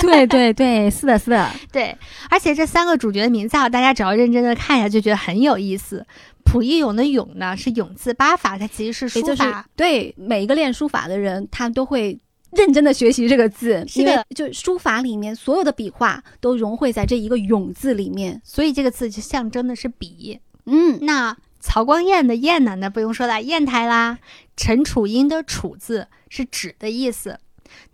Speaker 3: 对对对，是的，是的，
Speaker 2: 对，而且这三个主角的名字啊，大家只要认真的看一下，就觉得很有意思。溥义勇的“勇”呢，是永字八法，它其实是
Speaker 3: 也
Speaker 2: 书
Speaker 3: 就是
Speaker 2: 法。
Speaker 3: 对每一个练书法的人，他都会认真的学习这个字，
Speaker 2: 是
Speaker 3: 因为
Speaker 2: 的
Speaker 3: 就书法里面所有的笔画都融汇在这一个“勇”字里面。
Speaker 2: 所以这个字就象征的是笔。
Speaker 3: 嗯，
Speaker 2: 那曹光彦的“彦”呢，那不用说了，砚台啦。陈楚英的“楚”字是纸的意思。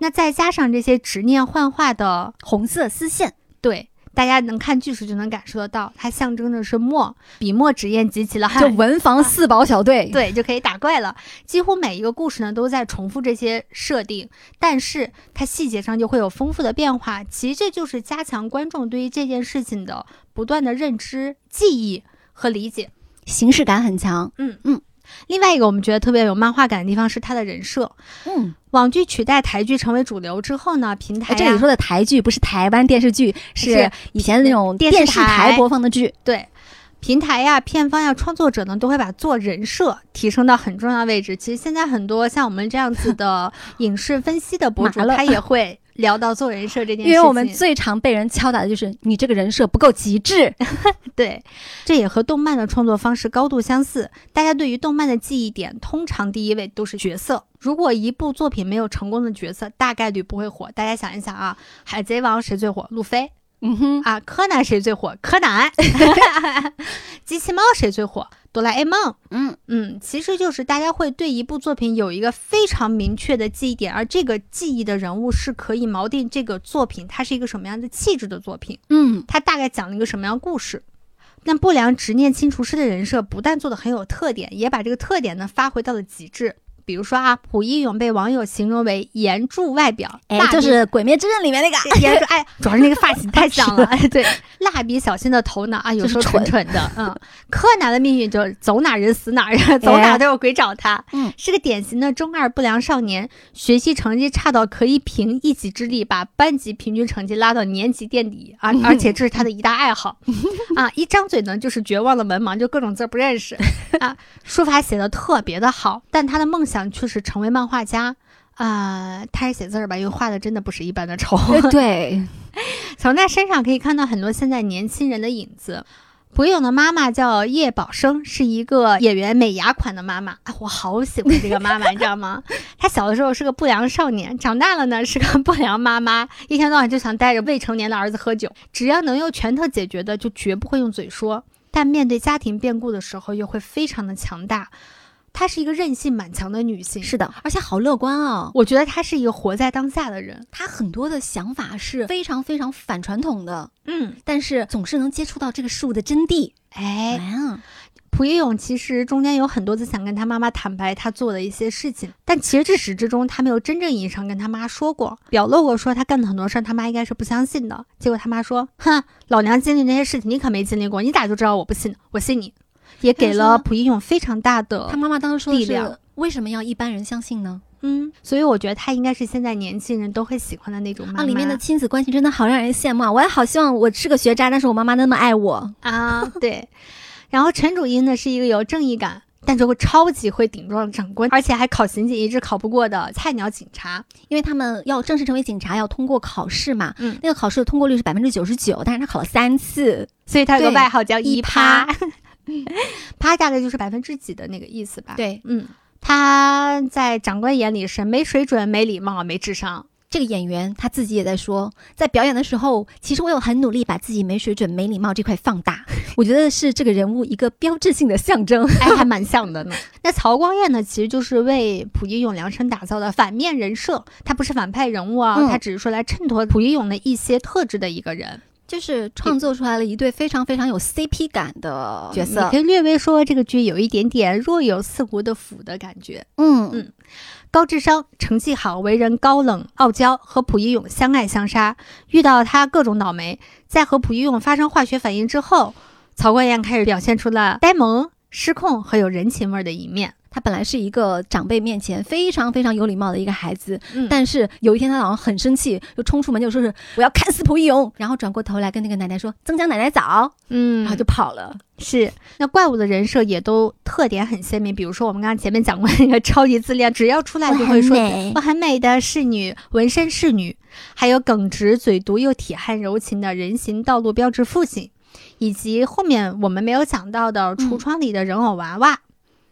Speaker 2: 那再加上这些执念幻化的，
Speaker 3: 红色丝线，
Speaker 2: 对，大家能看句式就能感受得到，它象征的是墨，笔墨纸砚集齐了
Speaker 3: 就
Speaker 2: 汉
Speaker 3: 文房四宝小 队。，
Speaker 2: 对，就可以打怪了。几乎每一个故事呢都在重复这些设定，但是它细节上就会有丰富的变化。其实这就是加强观众对于这件事情的不断的认知、记忆和理解。
Speaker 3: 形式感很强。
Speaker 2: 另外一个我们觉得特别有漫画感的地方是它的人设。
Speaker 3: 嗯，
Speaker 2: 网剧取代台剧成为主流之后呢，平台、
Speaker 3: 哎，
Speaker 2: 啊、
Speaker 3: 这里说的台剧不是台湾电视剧，是
Speaker 2: 是
Speaker 3: 以前的那种
Speaker 2: 电视
Speaker 3: 电视台
Speaker 2: 台
Speaker 3: 播放的剧。
Speaker 2: 对，平台呀、片方呀、创作者呢，都会把做人设提升到很重要的位置。其实现在很多像我们这样子的 影视分析的博主，
Speaker 3: 麻了
Speaker 2: 他也会聊到做人设这件事
Speaker 3: 因
Speaker 2: 情。
Speaker 3: 为我们最常被人敲打的就是你这个人设不够极致，
Speaker 2: 对，这也和动漫的创作方式高度相似。大家对于动漫的记忆点，通常第一位都是角色。如果一部作品没有成功的角色，大概率不会火。大家想一想啊，《海贼王》谁最火？路飞。
Speaker 3: 嗯哼，
Speaker 2: 啊，柯南谁最火？柯 南。 机器猫谁最火？哆啦 A 梦。
Speaker 3: 嗯
Speaker 2: 嗯，其实就是大家会对一部作品有一个非常明确的记忆点，而这个记忆的人物是可以锚定这个作品它是一个什么样的气质的作品，
Speaker 3: 嗯，
Speaker 2: 它大概讲了一个什么样的故事。那不良执念清除师的人设不但做得很有特点，也把这个特点呢发挥到了极致。比如说啊，蒲一永被网友形容为严柱外表，
Speaker 3: 哎
Speaker 2: 蜡，笔
Speaker 3: 就是《鬼灭之刃》里面那个，
Speaker 2: 严柱，哎，主要是那个发型太像了， 对，蜡笔小新的头脑啊，有时候
Speaker 3: 就是蠢
Speaker 2: 蠢蠢的，嗯，柯南的命运就是走哪人死哪人， 走哪都有鬼找他，
Speaker 3: 哎嗯
Speaker 2: 是个典型的中二不良少年，学习成绩差到可以凭一己之力把班级平均成绩拉到年级垫底 啊，而且这是他的一大爱好，啊，一张嘴呢就是绝望的文盲，就各种字儿不认 识啊，书法写的特别的好，但他的梦想却是成为漫画家。啊、他是写字儿吧，又画的真的不是一般的丑。
Speaker 3: 对，
Speaker 2: 从他身上可以看到很多现在年轻人的影子。朴勇的妈妈叫叶宝生，是一个演员美牙款的妈妈。哎，我好喜欢这个妈妈，你知道吗？ 她小的时候是个不良少年，长大了呢是个不良妈妈，一天到晚就想带着未成年的儿子喝酒。只要能用拳头解决的，就绝不会用嘴说。但面对家庭变故的时候，又会非常的强大。她是一个韧性蛮强的女性，
Speaker 3: 是的，而且好乐观哦。
Speaker 2: 我觉得她是一个活在当下的人。
Speaker 3: 他很多的想法是非常非常反传统的，
Speaker 2: 嗯，
Speaker 3: 但是总是能接触到这个事物的真谛。
Speaker 2: 哎，
Speaker 3: 啊，
Speaker 2: 蒲一勇其实中间有很多次想跟他妈妈坦白他做的一些事情，但其实至始至终他没有真正意义上跟他妈说过，表露过说他干的很多事儿他妈应该是不相信的。结果他妈说：“哼，老娘经历那些事情你可没经历过，你咋就知道我不信？我信你。”也给
Speaker 3: 但是
Speaker 2: 了
Speaker 3: 呢
Speaker 2: 蒲一勇非常大的
Speaker 3: 他妈妈当时说
Speaker 2: 哦
Speaker 3: 的
Speaker 2: 力量
Speaker 3: 是为什么要一般人相信呢？
Speaker 2: 嗯，所以我觉得他应该是现在年轻人都会喜欢的那种妈妈。
Speaker 3: 啊，里面的亲子关系真的好让人羡慕啊！我也好希望我是个学渣，但是我妈妈那么爱我。
Speaker 2: 啊，对。然后陈主英呢是一个有正义感，但是会超级会顶撞长官，而且还考刑警一直考不过的菜鸟警察。
Speaker 3: 因为他们要正式成为警察，要通过考试嘛。
Speaker 2: 嗯
Speaker 3: 那个考试的通过率是百分之九十九，但是他考了三次，
Speaker 2: 所以他有个
Speaker 3: 对
Speaker 2: 外号叫
Speaker 3: 一
Speaker 2: 一趴， 趴大概就是百分之几的那个意思吧。，
Speaker 3: 对，
Speaker 2: 嗯，他在长官眼里是没水准、没礼貌、没智商。
Speaker 3: 这个演员他自己也在说，在表演的时候，其实我有很努力把自己没水准、没礼貌这块放大，我觉得是这个人物一个标志性的象征。
Speaker 2: 哎，还蛮像的 呢。那曹光彦呢，其实就是为溥仪勇量身打造的反面人设，他不是反派人物啊，
Speaker 3: 嗯
Speaker 2: 他只是说来衬托溥仪勇的一些特质的一个人
Speaker 3: 就是创作出来了一对非常非常有 CP 感的角
Speaker 2: 你
Speaker 3: 色
Speaker 2: 可。以略微说这个剧有一点点若有似无的腐的感觉。
Speaker 3: 嗯
Speaker 2: 嗯高智商、成绩好、为人高冷、傲娇，和溥仪勇相爱相杀。遇到他各种倒霉，在和溥仪勇发生化学反应之后，曹冠燕开始表现出了呆萌、失控和有人情味儿的一面。
Speaker 3: 他本来是一个长辈面前非常非常有礼貌的一个孩子，
Speaker 2: 嗯
Speaker 3: 但是有一天他好像很生气，就冲出门就说是我要砍死蒲一勇，然后转过头来跟那个奶奶说增江奶奶早，
Speaker 2: 嗯
Speaker 3: 然啊后就跑了。
Speaker 2: 是那怪物的人设也都特点很鲜明，比如说我们刚刚前面讲过那个超级自恋，只要出来就会说
Speaker 3: 美
Speaker 2: 我，很美的侍女，纹身侍女，还有耿直、嘴毒又铁汉柔情的人行道路标志父亲，以及后面我们没有讲到的
Speaker 3: 嗯
Speaker 2: 橱窗里的人偶娃娃、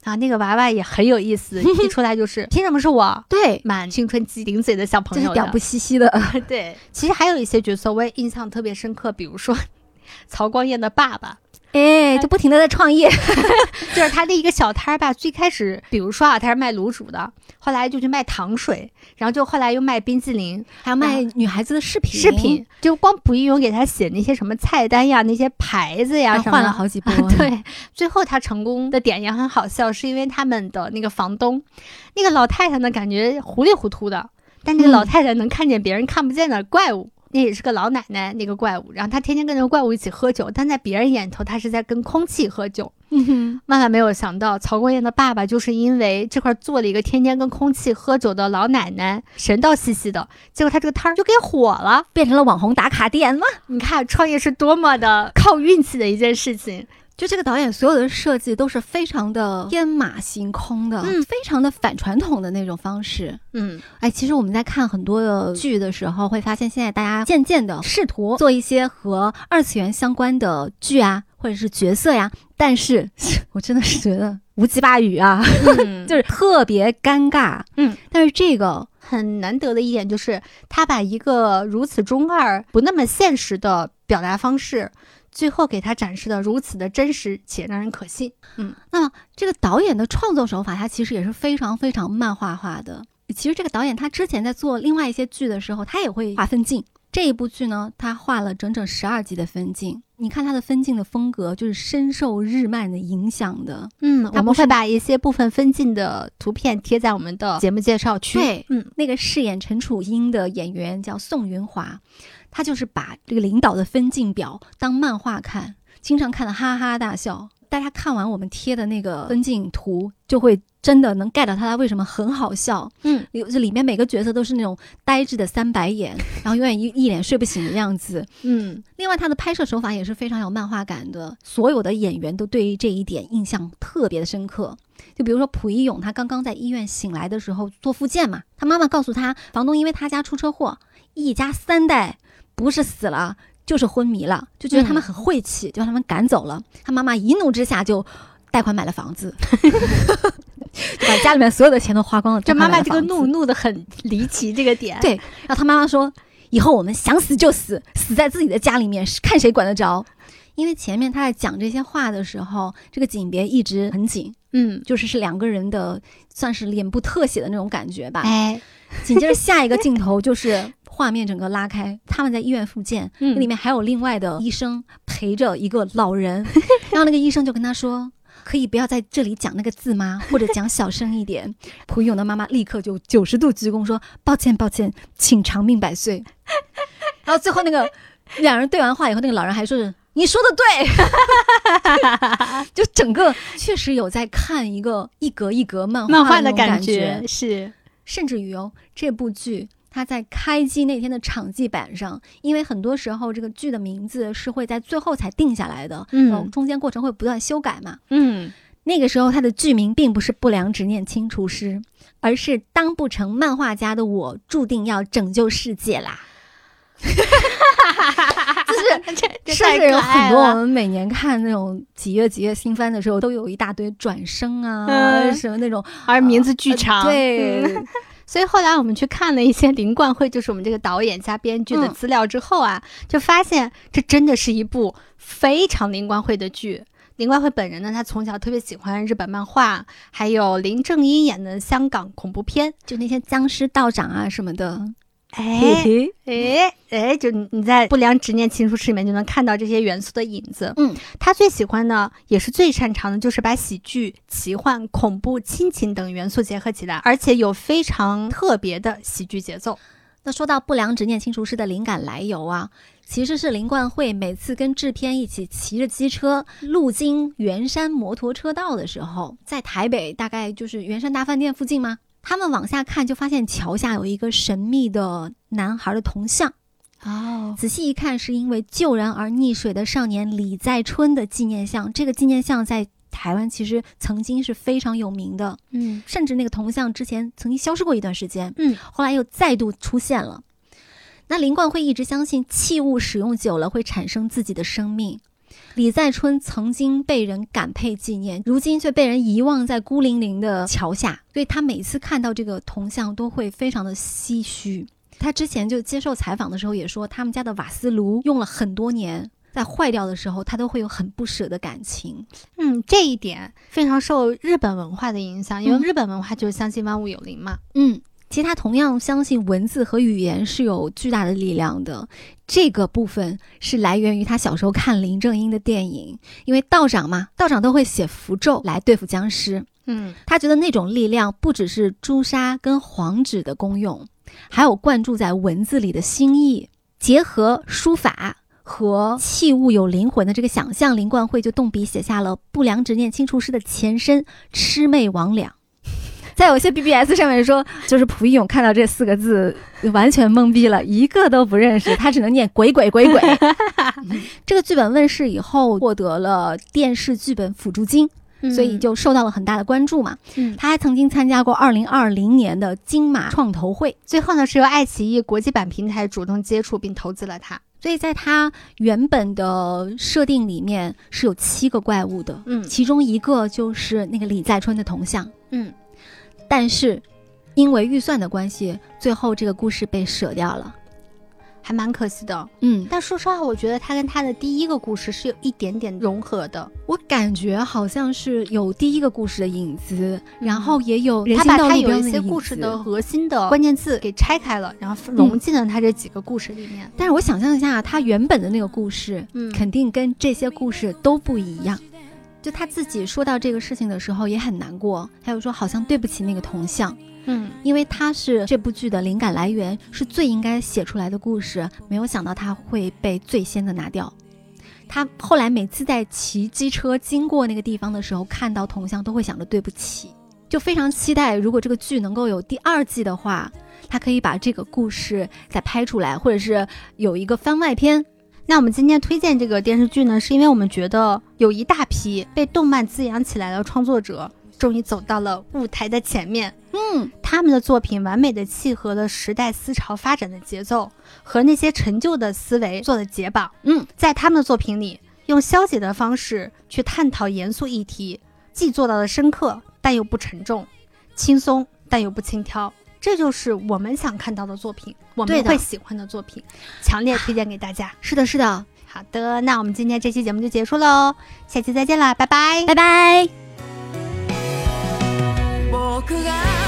Speaker 2: 啊，那个娃娃也很有意 思，一出来就是凭什么是我？
Speaker 3: 对，
Speaker 2: 满青春期顶嘴的小
Speaker 3: 就
Speaker 2: 朋
Speaker 3: 是
Speaker 2: 友
Speaker 3: 屌
Speaker 2: 的
Speaker 3: 不兮兮 的。
Speaker 2: 对，其实还有一些角色我也印象特别深刻，比如说 曹光彦的爸爸，
Speaker 3: 哎，就不停的在创业，
Speaker 2: 就是他的一个小摊儿吧。最开始，比如说啊，他是卖卤煮的，后来就去卖糖水，然后就后来又卖冰淇淋，
Speaker 3: 还要卖女孩子的饰品，
Speaker 2: 视频，就光蒲一勇给他写那些什么菜单呀、那些牌子呀
Speaker 3: 然后
Speaker 2: 什么。
Speaker 3: 换了好几 波
Speaker 2: 对，最后他成功的点也很好笑，是因为他们的那个房东，那个老太太呢，感觉糊里糊涂的，但那个
Speaker 3: 嗯
Speaker 2: 老太太能看见别人看不见的怪物。那也是个老奶奶，那个怪物，然后她天天跟那个怪物一起喝酒，但在别人眼头，她是在跟空气喝酒。
Speaker 3: 嗯哼，
Speaker 2: 万万没有想到，曹光彦的爸爸就是因为这块做了一个天天跟空气喝酒的老奶奶，神道兮兮的，结果他这个摊儿就给火了。
Speaker 3: 变成了网红打卡店了。
Speaker 2: 你看，创业是多么的靠运气的一件事情。
Speaker 3: 就这个导演所有的设计都是非常的天马行空的，
Speaker 2: 嗯
Speaker 3: 非常的反传统的那种方式。
Speaker 2: 嗯，
Speaker 3: 哎，其实我们在看很多的剧的时候，会发现现在大家渐渐的试图做一些和二次元相关的剧啊，或者是角色呀，但是 我真的是觉得无鸡巴语啊，
Speaker 2: 就
Speaker 3: 就是是特别尴尬。
Speaker 2: 嗯，
Speaker 3: 但是这个
Speaker 2: 很难得的一点，就是他把一个如此中二、不那么现实的表达方式，最后给他展示的如此的真实且让人可信。
Speaker 3: 那么这个导演的创作手法，它其实也是非常非常漫画化的。其实这个导演他之前在做另外一些剧的时候，他也会画分镜。这一部剧呢，他画了整整十二集的分镜，你看它的分镜的风格，就是深受日漫的影响的。
Speaker 2: 嗯，
Speaker 3: 它
Speaker 2: 我们
Speaker 3: 不是
Speaker 2: 会把一些部分分镜的图片贴在我们的节目介绍区。
Speaker 3: 对
Speaker 2: 嗯，
Speaker 3: 那个饰演陈楚英的演员叫宋云华，他就是把这个领导的分镜表当漫画看，经常看得哈哈大笑。大家看完我们贴的那个分镜图，就会真的能 get 到他为什么很好笑。
Speaker 2: 嗯，
Speaker 3: 有这里面每个角色都是那种呆滞的三白眼，然后永远一一脸睡不醒的样子。
Speaker 2: 嗯，
Speaker 3: 另外，他的拍摄手法也是非常有漫画感的，所有的演员都对于这一点印象特别的深刻。就比如说蒲一勇，他刚刚在医院醒来的时候做复健嘛，他妈妈告诉他，房东因为他家出车祸，一家三代不是死了就是昏迷了，就觉得他们很晦气，就把他们赶走了。他妈妈一怒之下就贷款买了 房子，就把家里面所有的钱都花光了。
Speaker 2: 这
Speaker 3: 贷款
Speaker 2: 妈妈
Speaker 3: 买了
Speaker 2: 这个
Speaker 3: 房子
Speaker 2: 怒怒的很离奇，这个点。
Speaker 3: 对然后他妈妈说：“以后我们想死就死，死在自己的家里面，看谁管得着。”因为前面他在讲这些话的时候，这个景别一直很紧，
Speaker 2: 嗯，
Speaker 3: 就是是两个人的算是脸部特写的那种感觉吧。
Speaker 2: 哎，
Speaker 3: 紧接着下一个镜头就是画面整个拉开，他们在医院复健，
Speaker 2: 嗯
Speaker 3: 那里面还有另外的医生陪着一个老 人，然后那个医生就跟他说。可以不要在这里讲那个字 吗？或者讲小声一点。蒲勇的妈妈立刻就九十度鞠躬说：“抱歉，抱歉，请长命 百岁。”然后最后那个两人对完话以后，那个老人还说是：“你说的对。” 就整个确实有在看一个一格一格漫画
Speaker 2: 漫画的
Speaker 3: 那种
Speaker 2: 感
Speaker 3: 觉
Speaker 2: 觉是，
Speaker 3: 甚至于哦，这部剧它在开机那天的场记板上，因为很多时候这个剧的名字是会在最后才定下来的，
Speaker 2: 嗯
Speaker 3: 然后中间过程会不断修改嘛。
Speaker 2: 嗯
Speaker 3: 那个时候它的剧名并不是《不良执念清除师》，而是《当不成漫画家的我注定要拯救世界》啦。就是
Speaker 2: 这
Speaker 3: 是
Speaker 2: 太
Speaker 3: 不是
Speaker 2: 可
Speaker 3: 有
Speaker 2: 爱
Speaker 3: 很多我
Speaker 2: 了
Speaker 3: 们每年看那种几月几月新番的时候，都有一大堆转生啊，
Speaker 2: 嗯
Speaker 3: 什么那种呃
Speaker 2: 而名字巨长。嗯
Speaker 3: 对，
Speaker 2: 所以后来我们去看了一些林冠慧，就是我们这个导演加编剧的
Speaker 3: 嗯
Speaker 2: 资料之后啊，就发现这真的是一部非常林冠慧的剧。林冠慧本人呢，他从小特别喜欢日本漫画，还有林正英演的香港恐怖片。
Speaker 3: 就那些僵尸道长啊什么的，
Speaker 2: 哎哎哎，就你你在《不良执念情书室》里面就能看到这些元素的影子。
Speaker 3: 嗯，
Speaker 2: 他最喜欢的也是最擅长的，就是把喜剧、奇幻、恐怖、亲情等元素结合起来，而且有非常特别的喜剧节奏。
Speaker 3: 那说到不良执念清除师的灵感来由啊，其实是林冠慧每次跟制片一起骑着机车路经圆山摩托车道的时候，在台北大概就是圆山大饭店附近吗？他们往下看就发现桥下有一个神秘的男孩的铜像，
Speaker 2: 哦，
Speaker 3: 仔细一看是因为救人而溺水的少年李在春的纪念像。这个纪念像在台湾其实曾经是非常有名的，
Speaker 2: 嗯
Speaker 3: 甚至那个铜像之前曾经消失过一段时间，
Speaker 2: 嗯，
Speaker 3: 后来又再度出现了。那林冠会一直相信器物使用久了会产生自己的生命。李在春曾经被人感佩纪念，如今却被人遗忘在孤零零的桥下，所以他每次看到这个铜像都会非常的唏嘘。他之前就接受采访的时候也说，他们家的瓦斯炉用了很多年，在坏掉的时候，他都会有很不舍的感情。
Speaker 2: 嗯，这一点非常受日本文化的影响，因为
Speaker 3: 嗯
Speaker 2: 日本文化就是相信万物有灵嘛。
Speaker 3: 嗯，其实他同样相信文字和语言是有巨大的力量的。这个部分是来源于他小时候看林正英的电影，因为道长嘛，道长都会写符咒来对付僵尸。
Speaker 2: 嗯
Speaker 3: 他觉得那种力量不只是朱砂跟黄纸的功用，还有灌注在文字里的心意，结合书法。和器物有灵魂的这个想象，林冠慧就动笔写下了《不良执念清除师》的前身《魑魅魍魉》。在有些 BBS 上面说，就是蒲一勇看到这四个字完全懵逼了，一个都不认识，他只能念鬼鬼鬼 鬼。这个剧本问世以后，获得了电视剧本辅助金，所以就受到了很大的关注嘛。
Speaker 2: 嗯
Speaker 3: 他还曾经参加过2020年的金马创投会，
Speaker 2: 最后呢，是由爱奇艺国际版平台主动接触并投资了他。
Speaker 3: 所以在他原本的设定里面是有七个怪物的，
Speaker 2: 嗯
Speaker 3: 其中一个就是那个李在春的铜像。
Speaker 2: 嗯，
Speaker 3: 但是因为预算的关系，最后这个故事被舍掉了。
Speaker 2: 还蛮可惜的。哦
Speaker 3: 嗯，
Speaker 2: 但说实话，我觉得他跟他的第一个故事是有一点点融合的。
Speaker 3: 我感觉好像是有第一个故事的影子，
Speaker 2: 嗯
Speaker 3: 然后也有人
Speaker 2: 他
Speaker 3: 行
Speaker 2: 把
Speaker 3: 道
Speaker 2: 他
Speaker 3: 路
Speaker 2: 有
Speaker 3: 标
Speaker 2: 一
Speaker 3: 的
Speaker 2: 些
Speaker 3: 影
Speaker 2: 故事
Speaker 3: 子
Speaker 2: 的核心的关键嗯字给拆开了，然后融进了他这几个故事里面。
Speaker 3: 但是我想象一下，他原本的那个故事，
Speaker 2: 嗯
Speaker 3: 肯定跟这些故事都不一样。就他自己说到这个事情的时候也很难过，还有说好像对不起那个铜像，
Speaker 2: 嗯，
Speaker 3: 因为他是这部剧的灵感来源，是最应该写出来的故事，没有想到他会被最先的拿掉。他后来每次在骑机车经过那个地方的时候，看到铜像都会想着对不起，就非常期待如果这个剧能够有第二季的话，他可以把这个故事再拍出来，或者是有一个番外篇。
Speaker 2: 那我们今天推荐这个电视剧呢，是因为我们觉得有一大批被动漫滋养起来的创作者，终于走到了舞台的前面。
Speaker 3: 嗯，
Speaker 2: 他们的作品完美的契合了时代思潮发展的节奏和那些陈旧的思维做了解绑。
Speaker 3: 嗯，
Speaker 2: 在他们的作品里，用消解的方式去探讨严肃议题，既做到了深刻，但又不沉重；轻松，但又不轻佻。这就是我们想看到的作品，我
Speaker 3: 对
Speaker 2: 们
Speaker 3: 的
Speaker 2: 会喜欢的作品，强烈推荐给大家。
Speaker 3: 是的，是的，
Speaker 2: 好的，那我们今天这期节目就结束喽，下期再见啦，拜拜。
Speaker 3: 拜拜。
Speaker 1: 僕が